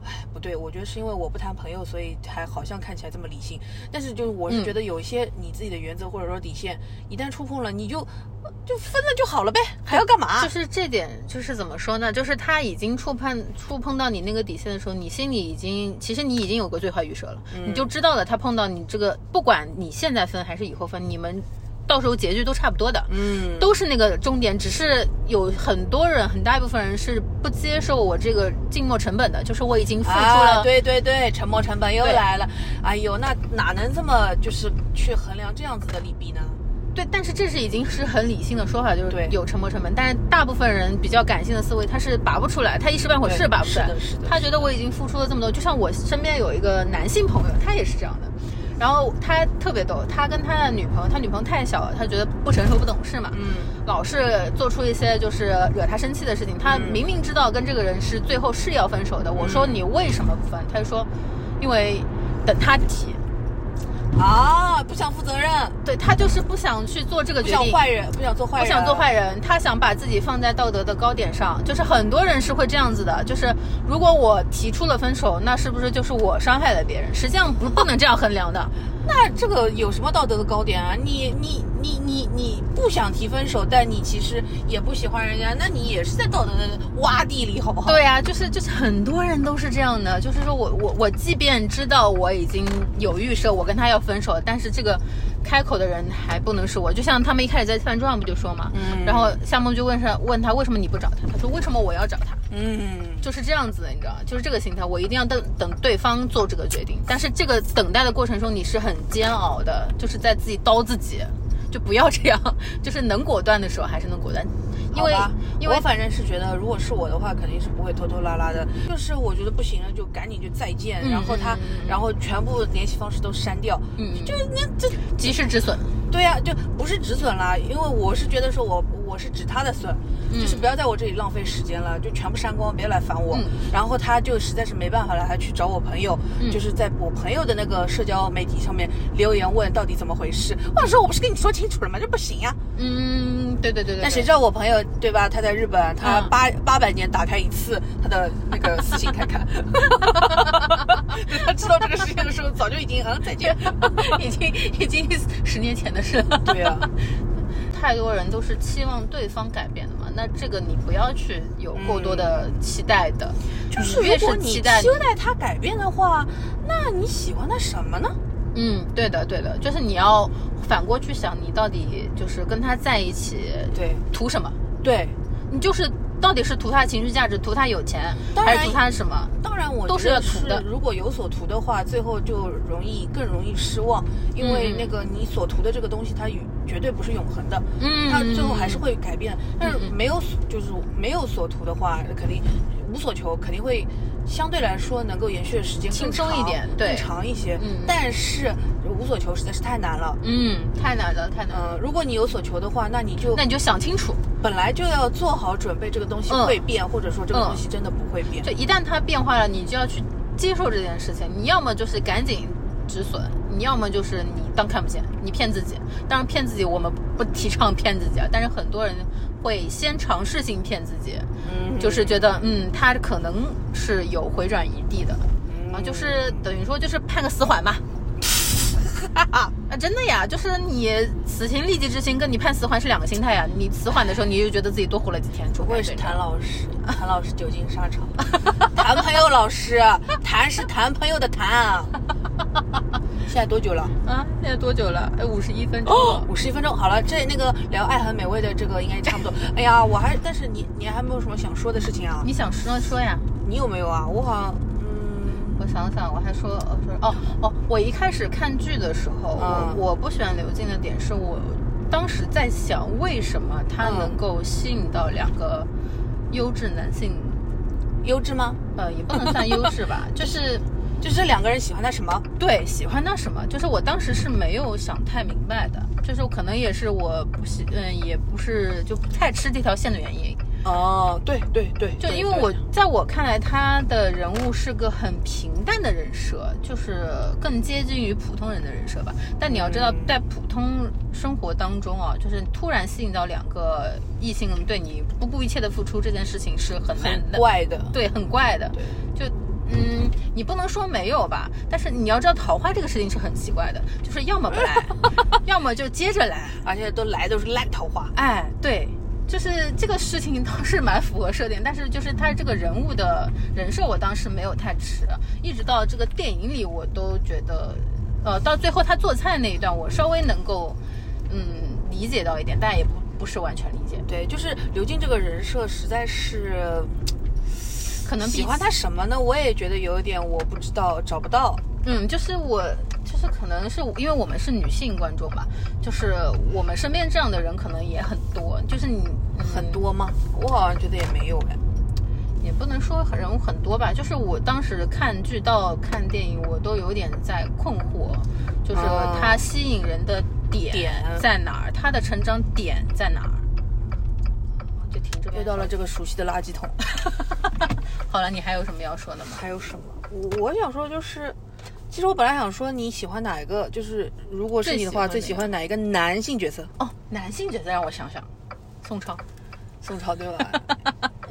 [SPEAKER 3] 哎，不对，我觉得是因为我不谈朋友，所以还好像看起来这么理性。但是就是我是
[SPEAKER 4] 嗯
[SPEAKER 3] 觉得有一些你自己的原则或者说底线，一旦触碰了，你就就分了就好了呗，还要干嘛？
[SPEAKER 4] 就是这点，就是怎么说呢？就是他已经触碰触碰到你那个底线的时候，你心里已经，其实你已经有个最坏预设了，
[SPEAKER 3] 嗯
[SPEAKER 4] 你就知道了。他碰到你这个，不管你现在分还是以后分，你们到时候结局都差不多的，
[SPEAKER 3] 嗯，
[SPEAKER 4] 都是那个终点。只是有很多人，很大一部分人是不接受我这个静默成本的，就是我已经付出
[SPEAKER 3] 啊，
[SPEAKER 4] 了。
[SPEAKER 3] 对对对，沉没成本又
[SPEAKER 4] 对
[SPEAKER 3] 来了。哎呦，那哪能这么就是去衡量这样子的利弊呢？
[SPEAKER 4] 对，但是这是已经是很理性的说法，就是
[SPEAKER 3] 对
[SPEAKER 4] 有沉没成本。但是大部分人比较感性的思维，他是拔不出来，他一时半会儿
[SPEAKER 3] 对
[SPEAKER 4] 是拔不出
[SPEAKER 3] 是
[SPEAKER 4] 来。
[SPEAKER 3] 的，是的。
[SPEAKER 4] 他觉得我已经付出了这么多，就像我身边有一个男性朋友，他也是这样的。然后他特别逗，他跟他的女朋友，他女朋友太小了，他觉得不成熟、不懂事嘛，
[SPEAKER 3] 嗯
[SPEAKER 4] 老是做出一些就是惹他生气的事情。
[SPEAKER 3] 嗯
[SPEAKER 4] 他明明知道跟这个人是最后是要分手的，我说你为什么不分？他就说，因为等他提。
[SPEAKER 3] 啊，不想负责任，
[SPEAKER 4] 对他就是不想去做这个
[SPEAKER 3] 不
[SPEAKER 4] 决
[SPEAKER 3] 想
[SPEAKER 4] 定，
[SPEAKER 3] 坏人，不想做坏
[SPEAKER 4] 不
[SPEAKER 3] 人，
[SPEAKER 4] 想做坏人，他想把自己放在道德的高点上，就是很多人是会这样子的，就是如果我提出了分手，那是不是就是我伤害了别人？实际上不不能这样衡 [laughs] 量的，
[SPEAKER 3] 那这个有什么道德的高点啊？你你你你你不想提分手，但你其实也不喜欢人家，那你也是在道德的洼地里，好不好？
[SPEAKER 4] 对啊呀、就是就是很多人都是这样的，就是说我我我即便知道我已经有预设，我跟他要分手，但是这个开口的人还不能是我。就像他们一开始在饭桌上不就说嘛，
[SPEAKER 3] 嗯
[SPEAKER 4] 然后夏梦就问他问他为什么你不找他，他说为什么我要找他，
[SPEAKER 3] 嗯，
[SPEAKER 4] 就是这样子的，你知道吗？就是这个心态，我一定要等等对方做这个决定。但是这个等待的过程中，你是很煎熬的，就是在自己刀自己，就不要这样， [laughs] 就是能果断的时候还是能果断，因为
[SPEAKER 3] 好吧
[SPEAKER 4] 因为
[SPEAKER 3] 我反正是觉得，如果是我的话，肯定是不会拖拖拉拉的。就是我觉得不行了，就赶紧就再见，
[SPEAKER 4] 嗯
[SPEAKER 3] 然后他
[SPEAKER 4] 嗯嗯，嗯
[SPEAKER 3] 然后全部联系方式都删掉。
[SPEAKER 4] 嗯
[SPEAKER 3] 就那这，
[SPEAKER 4] 及时止损，
[SPEAKER 3] 对呀、就不是止损啦，因为我是觉得说我我是指他的损，就是不要在我这里浪费时间了，就全部删光，别来烦我。
[SPEAKER 4] 嗯
[SPEAKER 3] 然后他就实在是没办法了，还去找我朋友，就是在我朋友的那个社交媒体上面留言问到底怎么回事。我说我不是跟你说清楚了吗？这不行呀、
[SPEAKER 4] 嗯，对对对对对。
[SPEAKER 3] 但谁知道我朋友对吧？他在日本，他
[SPEAKER 4] 嗯
[SPEAKER 3] 八八百年打开一次他的那个私信看
[SPEAKER 4] [laughs]
[SPEAKER 3] 看。 [laughs] 他知道这个事情的时候，早就已经嗯再见。
[SPEAKER 4] 已经已经十年前的事了。
[SPEAKER 3] 对啊，
[SPEAKER 4] 太多人都是期望对方改变的嘛，那这个你不要去有过多的期待的，
[SPEAKER 3] 就是
[SPEAKER 4] 你嗯越
[SPEAKER 3] 如果
[SPEAKER 4] 是
[SPEAKER 3] 你
[SPEAKER 4] 期
[SPEAKER 3] 期
[SPEAKER 4] 待，
[SPEAKER 3] 待他改变的话，那你喜欢他什么呢？
[SPEAKER 4] 嗯，对的对的，就是你要反过去想，你到底就是跟他在一起
[SPEAKER 3] 对
[SPEAKER 4] 图什么？
[SPEAKER 3] 对，
[SPEAKER 4] 你就是到底是图他情绪价值，图他有钱，
[SPEAKER 3] 当
[SPEAKER 4] 还
[SPEAKER 3] 然
[SPEAKER 4] 是图他什么？
[SPEAKER 3] 当然我
[SPEAKER 4] 都是
[SPEAKER 3] 觉
[SPEAKER 4] 要
[SPEAKER 3] 得
[SPEAKER 4] 图的
[SPEAKER 3] 如果有所图的话，最后就容易更容易失望，因为
[SPEAKER 4] 嗯
[SPEAKER 3] 那个你所图的这个东西，它与绝对不是永恒的。
[SPEAKER 4] 嗯，
[SPEAKER 3] 它最后还是会改变。但是
[SPEAKER 4] 嗯嗯
[SPEAKER 3] 没有所就是没有所图的话，肯定无所求，肯定会相对来说能够延续的时间更
[SPEAKER 4] 轻松
[SPEAKER 3] 长
[SPEAKER 4] 一点对
[SPEAKER 3] 更长一些。
[SPEAKER 4] 嗯
[SPEAKER 3] 但是无所求实在是太难了。
[SPEAKER 4] 嗯，太难了，太难了。
[SPEAKER 3] 嗯，如果你有所求的话，那你就
[SPEAKER 4] 那你就想清楚，
[SPEAKER 3] 本来就要做好准备，这个东西
[SPEAKER 4] 嗯
[SPEAKER 3] 会变，或者说这个
[SPEAKER 4] 嗯
[SPEAKER 3] 东西真的不会变。
[SPEAKER 4] 就一旦它变化了，你就要去接受这件事情。你要么就是赶紧止损，你要么就是你当看不见，你骗自己。当然，骗自己我们不提倡骗自己啊，但是很多人会先尝试性骗自己，
[SPEAKER 3] 嗯，
[SPEAKER 4] 就是觉得嗯，他可能是有回转余地的。啊，就是等于说就是判个死缓嘛。啊， [laughs] 真的呀，就是你死刑立即执行，跟你判死缓是两个心态呀。你死缓的时候，你就觉得自己多活了几天。
[SPEAKER 3] 不愧是谭老师，谭老师久经沙场， [laughs] 谭朋友老师，谭是谭朋友的谭啊。 [laughs] 现在多久了？
[SPEAKER 4] 啊，现在多久了？哎，五十一分钟了。
[SPEAKER 3] 五十一分钟，好了，这那个聊《爱很美味》的这个应该差不
[SPEAKER 4] [laughs]
[SPEAKER 3] 多。哎呀，我还，但是你你还没有什么想说的事情啊？
[SPEAKER 4] 你想说说呀？
[SPEAKER 3] 你有没有啊？我好像。嗯
[SPEAKER 4] 我想想，我还说呃说哦哦，我一开始看剧的时候，
[SPEAKER 3] 嗯
[SPEAKER 4] 我我不喜欢刘静的点是我当时在想，为什么她
[SPEAKER 3] 嗯
[SPEAKER 4] 能够吸引到两个优质男性，
[SPEAKER 3] 优质吗？
[SPEAKER 4] 呃，也不能算优
[SPEAKER 3] [laughs]
[SPEAKER 4] 质吧，就是
[SPEAKER 3] 就这两个人喜欢他什么？
[SPEAKER 4] 对喜欢他什么，就是我当时是没有想太明白的，就是可能也是我不喜，嗯，也不是就不太吃这条线的原因，
[SPEAKER 3] 哦，对对对，
[SPEAKER 4] 就
[SPEAKER 3] 对
[SPEAKER 4] 因为
[SPEAKER 3] 对
[SPEAKER 4] 我在我看来，他的人物是个很平淡的人设，就是更接近于普通人的人设吧。但你要知道
[SPEAKER 3] 嗯，
[SPEAKER 4] 在普通生活当中啊，就是突然吸引到两个异性对你不顾一切的付出这件事情是很难
[SPEAKER 3] 很
[SPEAKER 4] 的，
[SPEAKER 3] 怪的，
[SPEAKER 4] 对，很怪的。
[SPEAKER 3] 对
[SPEAKER 4] 就嗯，你不能说没有吧，但是你要知道，桃花这个事情是很奇怪的，就是要么不
[SPEAKER 3] [laughs]
[SPEAKER 4] 来，要么就接着来。
[SPEAKER 3] 而且都来都是烂桃花。
[SPEAKER 4] 哎，对，就是这个事情倒是蛮符合设定，但是就是他这个人物的人设，我当时没有太吃，一直到这个电影里，我都觉得，呃，到最后他做菜那一段，我稍微能够，嗯，理解到一点，但也不不是完全理解，
[SPEAKER 3] 对，就是刘静这个人设实在是
[SPEAKER 4] 可能比
[SPEAKER 3] 喜欢他，什么呢？我也觉得有一点我不知道，找不到。
[SPEAKER 4] 嗯，就是我。就是可能是因为我们是女性观众吧，就是我们身边这样的人可能也很多，就是你、嗯
[SPEAKER 3] 很多吗？我好像觉得也没有哎。
[SPEAKER 4] 也不能说人物很多吧，就是我当时看剧到看电影，我都有点在困惑，就是
[SPEAKER 3] 哦
[SPEAKER 4] 它吸引人的点
[SPEAKER 3] 点啊
[SPEAKER 4] 在哪儿，它的成长点在哪儿，就停这边
[SPEAKER 3] 又到了这个熟悉的垃圾
[SPEAKER 4] [laughs]
[SPEAKER 3] 桶，
[SPEAKER 4] 好了，你还有什么要说的吗？
[SPEAKER 3] 还有什么？我我想说就是，其实我本来想说你喜欢哪一个，就是如果是你的话，最
[SPEAKER 4] 最
[SPEAKER 3] 喜
[SPEAKER 4] 喜
[SPEAKER 3] 欢
[SPEAKER 4] 欢
[SPEAKER 3] 哪一个男性角色？
[SPEAKER 4] 哦，男性角色让我想想，宋超，
[SPEAKER 3] 宋朝对吧？ [laughs]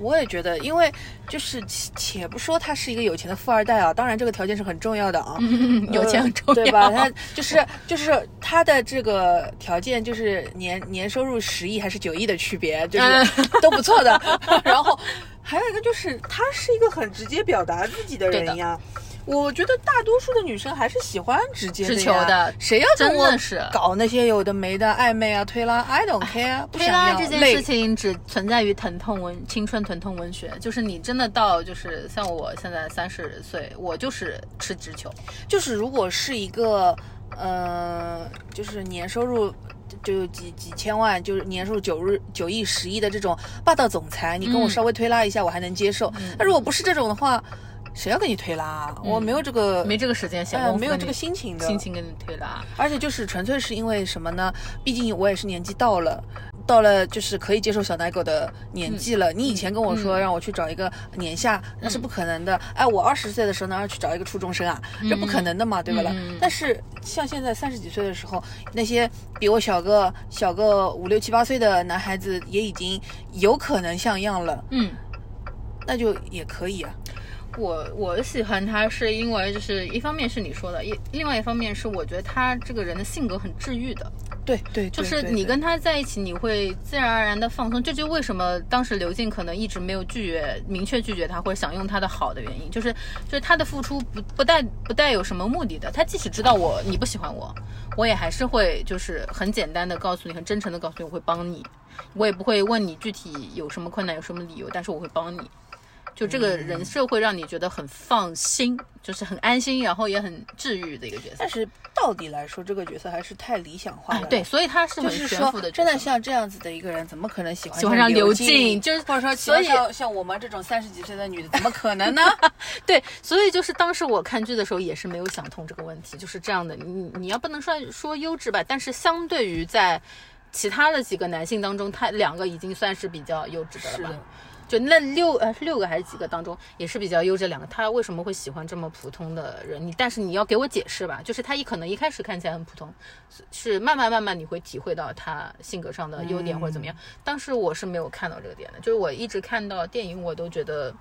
[SPEAKER 3] 我也觉得，因为就是且且不说他是一个有钱的富二代啊，当然这个条件是很重要的啊，
[SPEAKER 4] 嗯 [laughs] 有钱很重要
[SPEAKER 3] 呃对吧？
[SPEAKER 4] [laughs]
[SPEAKER 3] 他就是就是他的这个条件就是年年收入十亿还是九亿的区别，
[SPEAKER 4] 嗯
[SPEAKER 3] 就是都不错的。 [laughs] 然后还有一个就是他是一个很直接表达自己的人呀。我觉得大多数的女生还是喜欢直接的呀
[SPEAKER 4] 直球的
[SPEAKER 3] 谁要跟我
[SPEAKER 4] 真的是
[SPEAKER 3] 搞那些有的没的暧昧啊、推拉？I don't care，不
[SPEAKER 4] 推
[SPEAKER 3] 想
[SPEAKER 4] 拉
[SPEAKER 3] 要
[SPEAKER 4] 这件
[SPEAKER 3] 累
[SPEAKER 4] 事情只存在于疼痛文青春疼痛文学，就是你真的到就是像我现在三十岁，我就是吃直球，
[SPEAKER 3] 就是如果是一个呃，就是年收入就几几千万，就是年收入九日九亿十亿的这种霸道总裁，你跟我
[SPEAKER 4] 嗯
[SPEAKER 3] 稍微推拉一下，我还能接受。那、如果不是这种的话，谁要跟你推拉啊？我没有这个，
[SPEAKER 4] 没这个时间闲
[SPEAKER 3] 哎
[SPEAKER 4] 工夫，
[SPEAKER 3] 没有这个心情的
[SPEAKER 4] 心情跟你推拉。
[SPEAKER 3] 而且就是纯粹是因为什么呢？毕竟我也是年纪到了。到了就是可以接受小奶狗的年纪了。你以前跟我说让我去找一个年下，那是不可能的。哎，我二十岁的时候哪有去找一个初中生啊？这不可能的嘛，对吧啦？
[SPEAKER 4] 嗯
[SPEAKER 3] 但是像现在三十几岁的时候，那些比我小个小个五六七八岁的男孩子也已经有可能像样了，
[SPEAKER 4] 嗯，
[SPEAKER 3] 那就也可以啊。
[SPEAKER 4] 我我喜欢他是因为就是一方面是你说的，一另外一方面是我觉得他这个人的性格很治愈的，
[SPEAKER 3] 对对，
[SPEAKER 4] 就是
[SPEAKER 3] 对
[SPEAKER 4] 你
[SPEAKER 3] 对
[SPEAKER 4] 跟他在一起，你会自然而然的放松。这就为什么当时刘静可能一直没有拒绝明确拒绝他或者想用他的好的原因，就是就是他的付出不不带不带有什么目的的，他即使知道我你不喜欢我，我也还是会就是很简单的告诉你，很真诚的告诉你我会帮你，我也不会问你具体有什么困难有什么理由，但是我会帮你。就这
[SPEAKER 3] 嗯
[SPEAKER 4] 个人设会让你觉得很放心，就是很安心，然后也很治愈的一个角色
[SPEAKER 3] 但。是到底来说，这个角色还是太理想化了。
[SPEAKER 4] 对，所以他是
[SPEAKER 3] 就
[SPEAKER 4] 很
[SPEAKER 3] 是
[SPEAKER 4] 悬
[SPEAKER 3] 说
[SPEAKER 4] 浮的，角
[SPEAKER 3] 真
[SPEAKER 4] 色，
[SPEAKER 3] 的像这样子的一个人，怎么可能喜欢
[SPEAKER 4] 喜欢上
[SPEAKER 3] 刘
[SPEAKER 4] 刘静就是
[SPEAKER 3] 或者说喜
[SPEAKER 4] 所
[SPEAKER 3] 欢
[SPEAKER 4] 以
[SPEAKER 3] 上像我们这种三十几岁的女的，怎么可能
[SPEAKER 4] [laughs]
[SPEAKER 3] 呢？
[SPEAKER 4] 对，所以就是当时我看剧的时候也是没有想通这个问题，就是这样的。你你要不能算说优质吧，但是相对于在其他的几个男性当中，他两个已经算是比较优质的了吧？就那六呃是六个还是几个当中，也是比较优质的两个。他为什么会喜欢这么普通的人？你但是你要给我解释吧，就是他一可能一开始看起来很普通，是是慢慢慢慢你会体会到他性格上的
[SPEAKER 3] 嗯
[SPEAKER 4] 优点或者怎么样。当时我是没有看到这个点的，就是我一直看到电影我都觉得。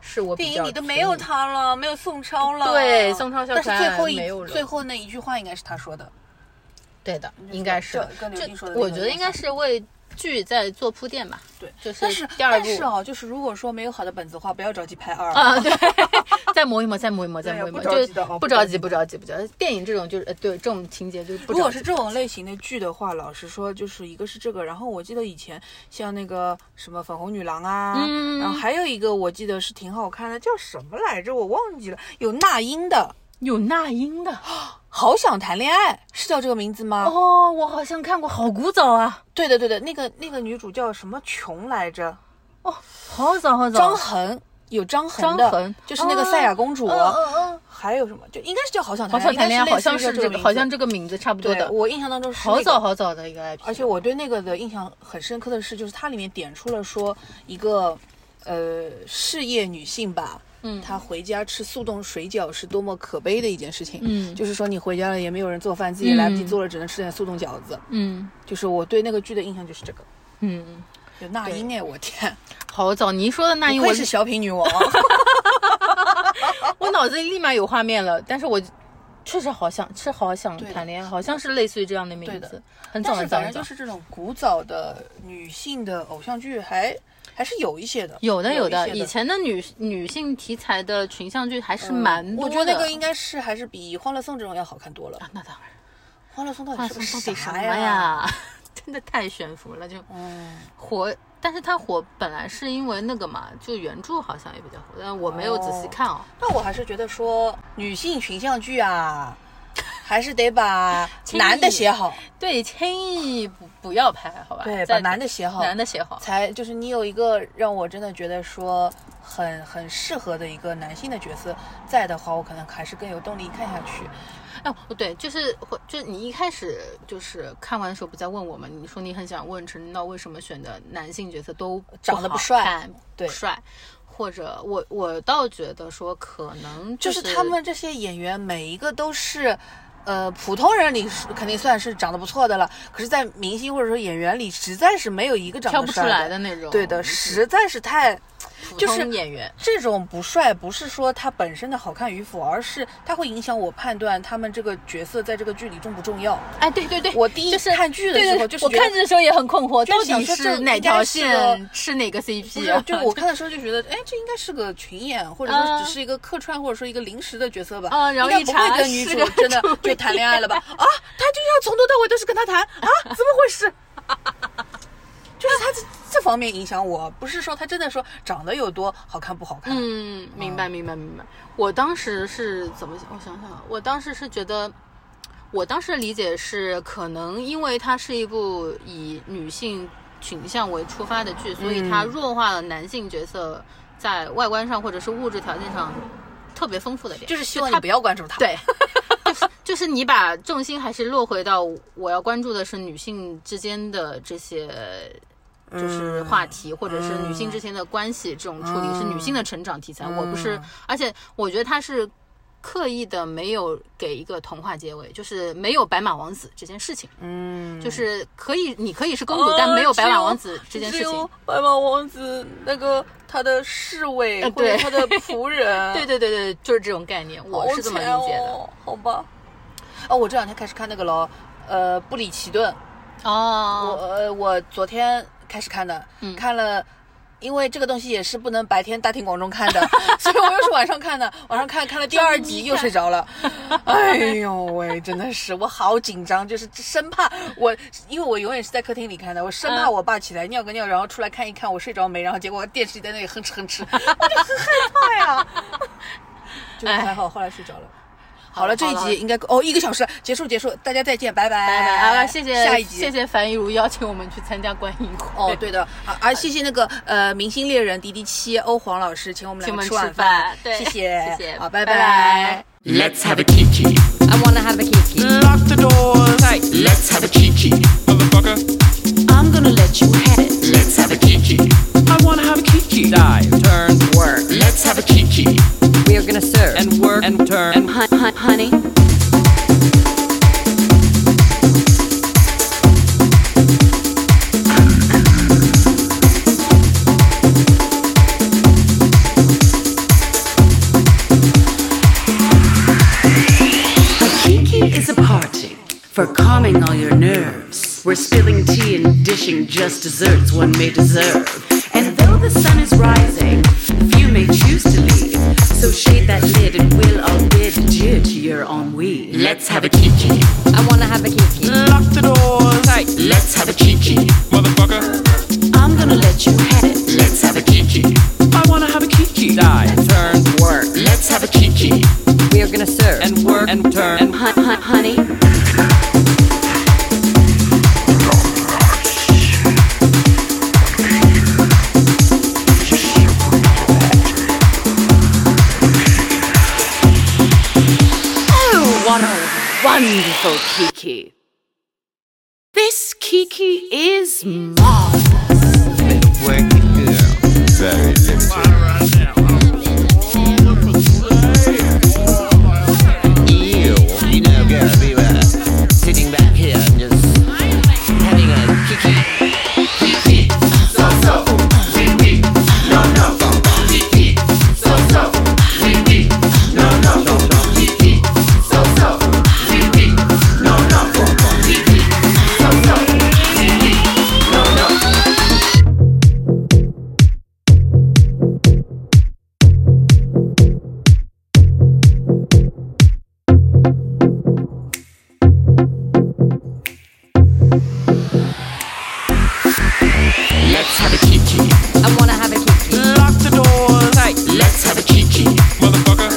[SPEAKER 4] 是我
[SPEAKER 3] 电
[SPEAKER 4] 比
[SPEAKER 3] 影
[SPEAKER 4] 较
[SPEAKER 3] 里都没有
[SPEAKER 4] 同意
[SPEAKER 3] 他了，没有宋超了。
[SPEAKER 4] 对宋超肖
[SPEAKER 3] 但是
[SPEAKER 4] 战
[SPEAKER 3] 最后
[SPEAKER 4] 没有
[SPEAKER 3] 一
[SPEAKER 4] 了
[SPEAKER 3] 最后那一句话应该是他说的。
[SPEAKER 4] 对的，应该是的
[SPEAKER 3] 这跟刘亦说的那
[SPEAKER 4] 我
[SPEAKER 3] 个
[SPEAKER 4] 觉得应该是为剧在做铺垫吧。
[SPEAKER 3] 对，
[SPEAKER 4] 就是
[SPEAKER 3] 但是
[SPEAKER 4] 第二
[SPEAKER 3] 但是
[SPEAKER 4] 部
[SPEAKER 3] 哦，就是如果说没有好的本子的话，不要着急拍二。
[SPEAKER 4] 啊，对， [laughs] 再磨一磨，再磨一磨，再
[SPEAKER 1] 对
[SPEAKER 4] 磨一磨，
[SPEAKER 1] 不着
[SPEAKER 4] 就
[SPEAKER 1] 急的哦
[SPEAKER 4] 不着急，不着急，不着急。电影这种就是，呃对这种情节就是不
[SPEAKER 3] 如果
[SPEAKER 4] 着
[SPEAKER 3] 是
[SPEAKER 4] 急。
[SPEAKER 3] 这种类型的剧的话，老实说，就是一个是这个，然后我记得以前像那个什么《粉红女郎》啊，
[SPEAKER 4] 嗯
[SPEAKER 3] 然后还有一个我记得是挺好看的，叫什么来着？我忘记了，有那英的
[SPEAKER 4] 有那英的
[SPEAKER 3] 《好想谈恋爱》，是叫这个名字吗？
[SPEAKER 4] 哦，我好像看过，好古早啊，
[SPEAKER 3] 对的，对的，那个那个女主叫什么琼来着？
[SPEAKER 4] 好早好早。
[SPEAKER 3] 张啊恒。有张恒的，
[SPEAKER 4] 张恒
[SPEAKER 3] 就是那个赛亚公主，啊
[SPEAKER 4] 嗯嗯
[SPEAKER 3] 还有什么？就哎应该是叫《好想
[SPEAKER 4] 好
[SPEAKER 3] 谈
[SPEAKER 4] 像谈恋爱，好像
[SPEAKER 3] 是
[SPEAKER 4] 是这个，好像这个名字差不多
[SPEAKER 3] 对
[SPEAKER 4] 的。
[SPEAKER 3] 我印象当中是那
[SPEAKER 4] 好
[SPEAKER 3] 个
[SPEAKER 4] 早好早的一个 IP，
[SPEAKER 3] 而且我对那个的印象很深刻的是，就是它里面点出了说一个呃事业女性吧，
[SPEAKER 4] 嗯
[SPEAKER 3] 她回家吃速冻水饺是多么可悲的一件事情。
[SPEAKER 4] 嗯
[SPEAKER 3] 就是说你回家了也没有人做饭，自己来不及
[SPEAKER 4] 嗯
[SPEAKER 3] 做了，只能吃点速冻饺子。
[SPEAKER 4] 嗯
[SPEAKER 3] 就是我对那个剧的印象就是这个。
[SPEAKER 4] 嗯，
[SPEAKER 3] 有那英哎，我天，
[SPEAKER 4] 好早。你一说的 [laughs] 那
[SPEAKER 3] 不
[SPEAKER 4] 英，
[SPEAKER 3] 愧
[SPEAKER 4] 我
[SPEAKER 3] 是小品女
[SPEAKER 4] [laughs]
[SPEAKER 3] 王。 [laughs]
[SPEAKER 4] 我脑子里立马有画面了，但是我确实好想是好想
[SPEAKER 3] 对的
[SPEAKER 4] 谈恋爱，好像是类似于这样的名
[SPEAKER 3] 对的
[SPEAKER 4] 字，很早
[SPEAKER 3] 但是
[SPEAKER 4] 很早
[SPEAKER 3] 反正
[SPEAKER 4] 很早
[SPEAKER 3] 就。是这种古早的女性的偶像剧还还是有一些的，
[SPEAKER 4] 有的
[SPEAKER 3] 有
[SPEAKER 4] 有的，
[SPEAKER 3] 一些
[SPEAKER 4] 以前的女女性题材的群像剧还是
[SPEAKER 3] 嗯
[SPEAKER 4] 蛮多的。
[SPEAKER 3] 我觉得那个应该是还是比《欢乐颂》这种要好看多了。
[SPEAKER 4] 啊，那当然，
[SPEAKER 3] 《欢乐颂》到
[SPEAKER 4] 画
[SPEAKER 3] 底
[SPEAKER 4] 风
[SPEAKER 3] 是
[SPEAKER 4] 到
[SPEAKER 3] 个
[SPEAKER 4] 底什么
[SPEAKER 3] 啥？
[SPEAKER 4] 呀？ [laughs] 真的太悬浮了，就
[SPEAKER 3] 嗯，
[SPEAKER 4] 火。但是它火本来是因为那个嘛，就原著好像也比较火，但我没有仔细
[SPEAKER 3] 哦
[SPEAKER 4] 看哦。
[SPEAKER 3] 那我还是觉得说女性群像剧啊，还是得
[SPEAKER 4] [laughs]
[SPEAKER 3] 把
[SPEAKER 4] 轻易
[SPEAKER 3] 男的写好，
[SPEAKER 4] 对，轻易不不要拍，好吧？
[SPEAKER 3] 对，把
[SPEAKER 4] 再
[SPEAKER 3] 男的写好，
[SPEAKER 4] 男的写好。
[SPEAKER 3] 才就是你有一个让我真的觉得说很很适合的一个男性的角色在的话，我可能还是更有动力看下去。
[SPEAKER 4] 哎，我对，就是会，就是你一开始就是看完的时候不在问我们，你说你很想问陈道为什么选的男性角色都
[SPEAKER 3] 长得
[SPEAKER 4] 不
[SPEAKER 3] 不帅
[SPEAKER 4] 好看
[SPEAKER 3] 对
[SPEAKER 4] 不帅，或者我我倒觉得说可能
[SPEAKER 3] 就是是他们这些演员每一个都是。呃，普通人里是肯定算是长得不错的了，可是，在明星或者说演员里，实在是没有一个长得
[SPEAKER 4] 挑不出
[SPEAKER 3] 帅
[SPEAKER 4] 来的那种，
[SPEAKER 3] 对的，实在是太
[SPEAKER 4] 普
[SPEAKER 3] 就是
[SPEAKER 4] 通演员，
[SPEAKER 3] 这种不帅，不是说他本身的好看与否，而是它会影响我判断他们这个角色在这个剧里重不重要。
[SPEAKER 4] 哎，对对对，
[SPEAKER 3] 我第一
[SPEAKER 4] 就
[SPEAKER 3] 次
[SPEAKER 4] 是
[SPEAKER 3] 看剧的时候，就是
[SPEAKER 4] 我
[SPEAKER 3] 觉得
[SPEAKER 4] 看着的时候也很困惑，
[SPEAKER 3] 就
[SPEAKER 4] 到
[SPEAKER 3] 是想
[SPEAKER 4] 底
[SPEAKER 3] 说这
[SPEAKER 4] 是
[SPEAKER 3] 应
[SPEAKER 4] 哪
[SPEAKER 3] 该
[SPEAKER 4] 条
[SPEAKER 3] 是个
[SPEAKER 4] 线，是哪个
[SPEAKER 3] 不
[SPEAKER 4] CP
[SPEAKER 3] 是
[SPEAKER 4] 啊？， [laughs]
[SPEAKER 3] 就我看的时候就觉得，哎，这应该是个群演，或者说只是一个客串，或者说一个临时的角色吧。
[SPEAKER 4] 啊然后
[SPEAKER 3] 应
[SPEAKER 4] 一
[SPEAKER 3] 该不
[SPEAKER 4] 查
[SPEAKER 3] 会跟女
[SPEAKER 4] 是
[SPEAKER 3] 主
[SPEAKER 4] 个
[SPEAKER 3] 真的
[SPEAKER 4] 主
[SPEAKER 3] 就谈恋爱了吧？啊，他就要从头到尾都是跟他谈啊，怎么回事？ [laughs] 就是他这这方面影响我，不是说他真的说长得有多好看不好看。
[SPEAKER 4] 嗯，明白，明白，明白。我当时是怎么想？我想想啊，我当时是觉得，我当时理解是，可能因为它是一部以女性群像为出发的剧，所以它
[SPEAKER 3] 嗯
[SPEAKER 4] 弱化了男性角色在外观上或者是物质条件上特别丰富的点。
[SPEAKER 3] 就是希望你
[SPEAKER 4] 他
[SPEAKER 3] 不要关注他。
[SPEAKER 4] 对，就是就是你把重心还是落回到我要关注的是女性之间的这些。就是话题，或者是女性之间的关系，这种处理、是女性的成长题
[SPEAKER 3] 嗯
[SPEAKER 4] 材。我不是，而且我觉得他是刻意的没有给一个童话结尾，就是没有白马王子这件事情，
[SPEAKER 3] 嗯，
[SPEAKER 4] 就是可以，你可以是公主，
[SPEAKER 3] 哦
[SPEAKER 4] 但没有白
[SPEAKER 3] 只
[SPEAKER 4] 马
[SPEAKER 3] 有
[SPEAKER 4] 王子这件事
[SPEAKER 3] 只有
[SPEAKER 4] 情。
[SPEAKER 3] 白马王子那个他的侍卫
[SPEAKER 4] 呃
[SPEAKER 3] 或者
[SPEAKER 4] 对
[SPEAKER 3] 他的仆人，
[SPEAKER 4] [laughs] 对对对对，就是这种概念，
[SPEAKER 3] 好
[SPEAKER 4] 我是这么理
[SPEAKER 3] 惨
[SPEAKER 4] 解的。
[SPEAKER 3] 哦，好吧。哦，我这两天开始看那个了，呃，布里奇顿，我
[SPEAKER 4] 哦，
[SPEAKER 3] 呃我昨天开始看的，
[SPEAKER 4] 嗯
[SPEAKER 3] 看了。因为这个东西也是不能白天大庭广众看的，所以我又是晚上看的。晚上看看了第二集又睡着了，哎呦喂，真的是我好紧张，就是生怕我，因为我永远是在客厅里看的，我生怕
[SPEAKER 4] 嗯
[SPEAKER 3] 我爸起来尿个尿，然后出来看一看我睡着没，然后结果电视在那里哼哧哼哧，我就很害怕呀。就还好，后来睡着了。好了，这一
[SPEAKER 4] 好
[SPEAKER 3] 集应该哦，一个小时结束结束，大家再见，拜拜
[SPEAKER 4] 拜拜啊！谢谢，
[SPEAKER 3] 下一集
[SPEAKER 4] 谢谢樊一茹邀请我们去参加观影会。
[SPEAKER 3] 哦，对的，啊啊，谢谢那个呃《明星猎人》迪迪七欧黄老师请我们
[SPEAKER 4] 请我
[SPEAKER 3] 两个
[SPEAKER 4] 们
[SPEAKER 3] 吃晚
[SPEAKER 4] 吃饭对
[SPEAKER 3] 谢谢，
[SPEAKER 4] 谢谢
[SPEAKER 3] 好，拜
[SPEAKER 4] 拜
[SPEAKER 3] 拜
[SPEAKER 4] 拜。
[SPEAKER 5] Let's have a kiki.
[SPEAKER 6] I wanna have a kiki.
[SPEAKER 5] Lock the doors. Let's have a kiki. Motherfucker.
[SPEAKER 6] I'm gonna let you have it.
[SPEAKER 5] Let's have a kiki.
[SPEAKER 7] I wanna have a kiki. Dive, turn, work,
[SPEAKER 5] Let's have a kiki.
[SPEAKER 6] We are gonna serve.
[SPEAKER 7] and work and turn and
[SPEAKER 6] Hun- hun- honey,
[SPEAKER 8] for calming all your nerves. We're spilling tea and dishing just desserts one may deserve. And though the sun is rising, few may choose to leave. So shade that lid and we'll all bid adieu to your ennui.
[SPEAKER 5] Let's have a kiki.
[SPEAKER 6] I wanna have a kiki.
[SPEAKER 7] Lock the door tight.
[SPEAKER 5] Let's have a kiki. Motherfucker.
[SPEAKER 6] I'm gonna let you have it.
[SPEAKER 5] Let's have a kiki.
[SPEAKER 7] I wanna have a kiki. Dive, turn, work,
[SPEAKER 5] Let's have a kiki.
[SPEAKER 6] We are gonna serve.
[SPEAKER 7] and work and turn and
[SPEAKER 8] Hun- hun- honey, Oh, what a wonderful Kiki. This Kiki is marvelous.
[SPEAKER 9] You, you know, girl, we were sitting back here and just having a kiki. Kiki, so so, kiki, no no, kiki, so so, kiki, no no, kiki, so so, kiki, no no, kiki, so so, kiki, no no.
[SPEAKER 5] Let's have a kiki.
[SPEAKER 6] I wanna have a kiki.
[SPEAKER 7] lock the door tight.
[SPEAKER 5] Let's have a kiki. Motherfucker.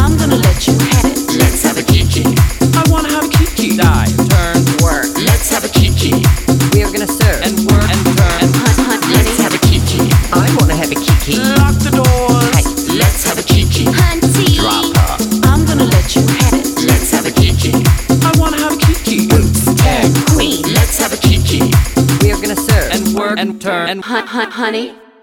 [SPEAKER 6] I'm gonna let you have it.
[SPEAKER 5] Let's have a kiki.
[SPEAKER 7] I wanna have a kiki. Dive, turn, work
[SPEAKER 5] Let's have a kiki.
[SPEAKER 6] We are gonna serve.
[SPEAKER 7] and work and turn and
[SPEAKER 8] Hun- hun-
[SPEAKER 5] Let's
[SPEAKER 8] honey,
[SPEAKER 5] have a kiki.
[SPEAKER 9] I wanna have a kiki.
[SPEAKER 7] lock the door.
[SPEAKER 5] Let's have a kiki.
[SPEAKER 2] Hunty.
[SPEAKER 6] I'm gonna let you have it.
[SPEAKER 5] Let's have a kiki.
[SPEAKER 7] I wanna have a kiki.
[SPEAKER 5] Let's have a kiki.
[SPEAKER 6] We are gonna serve.
[SPEAKER 7] And work and turn and
[SPEAKER 8] hun- hun- honey.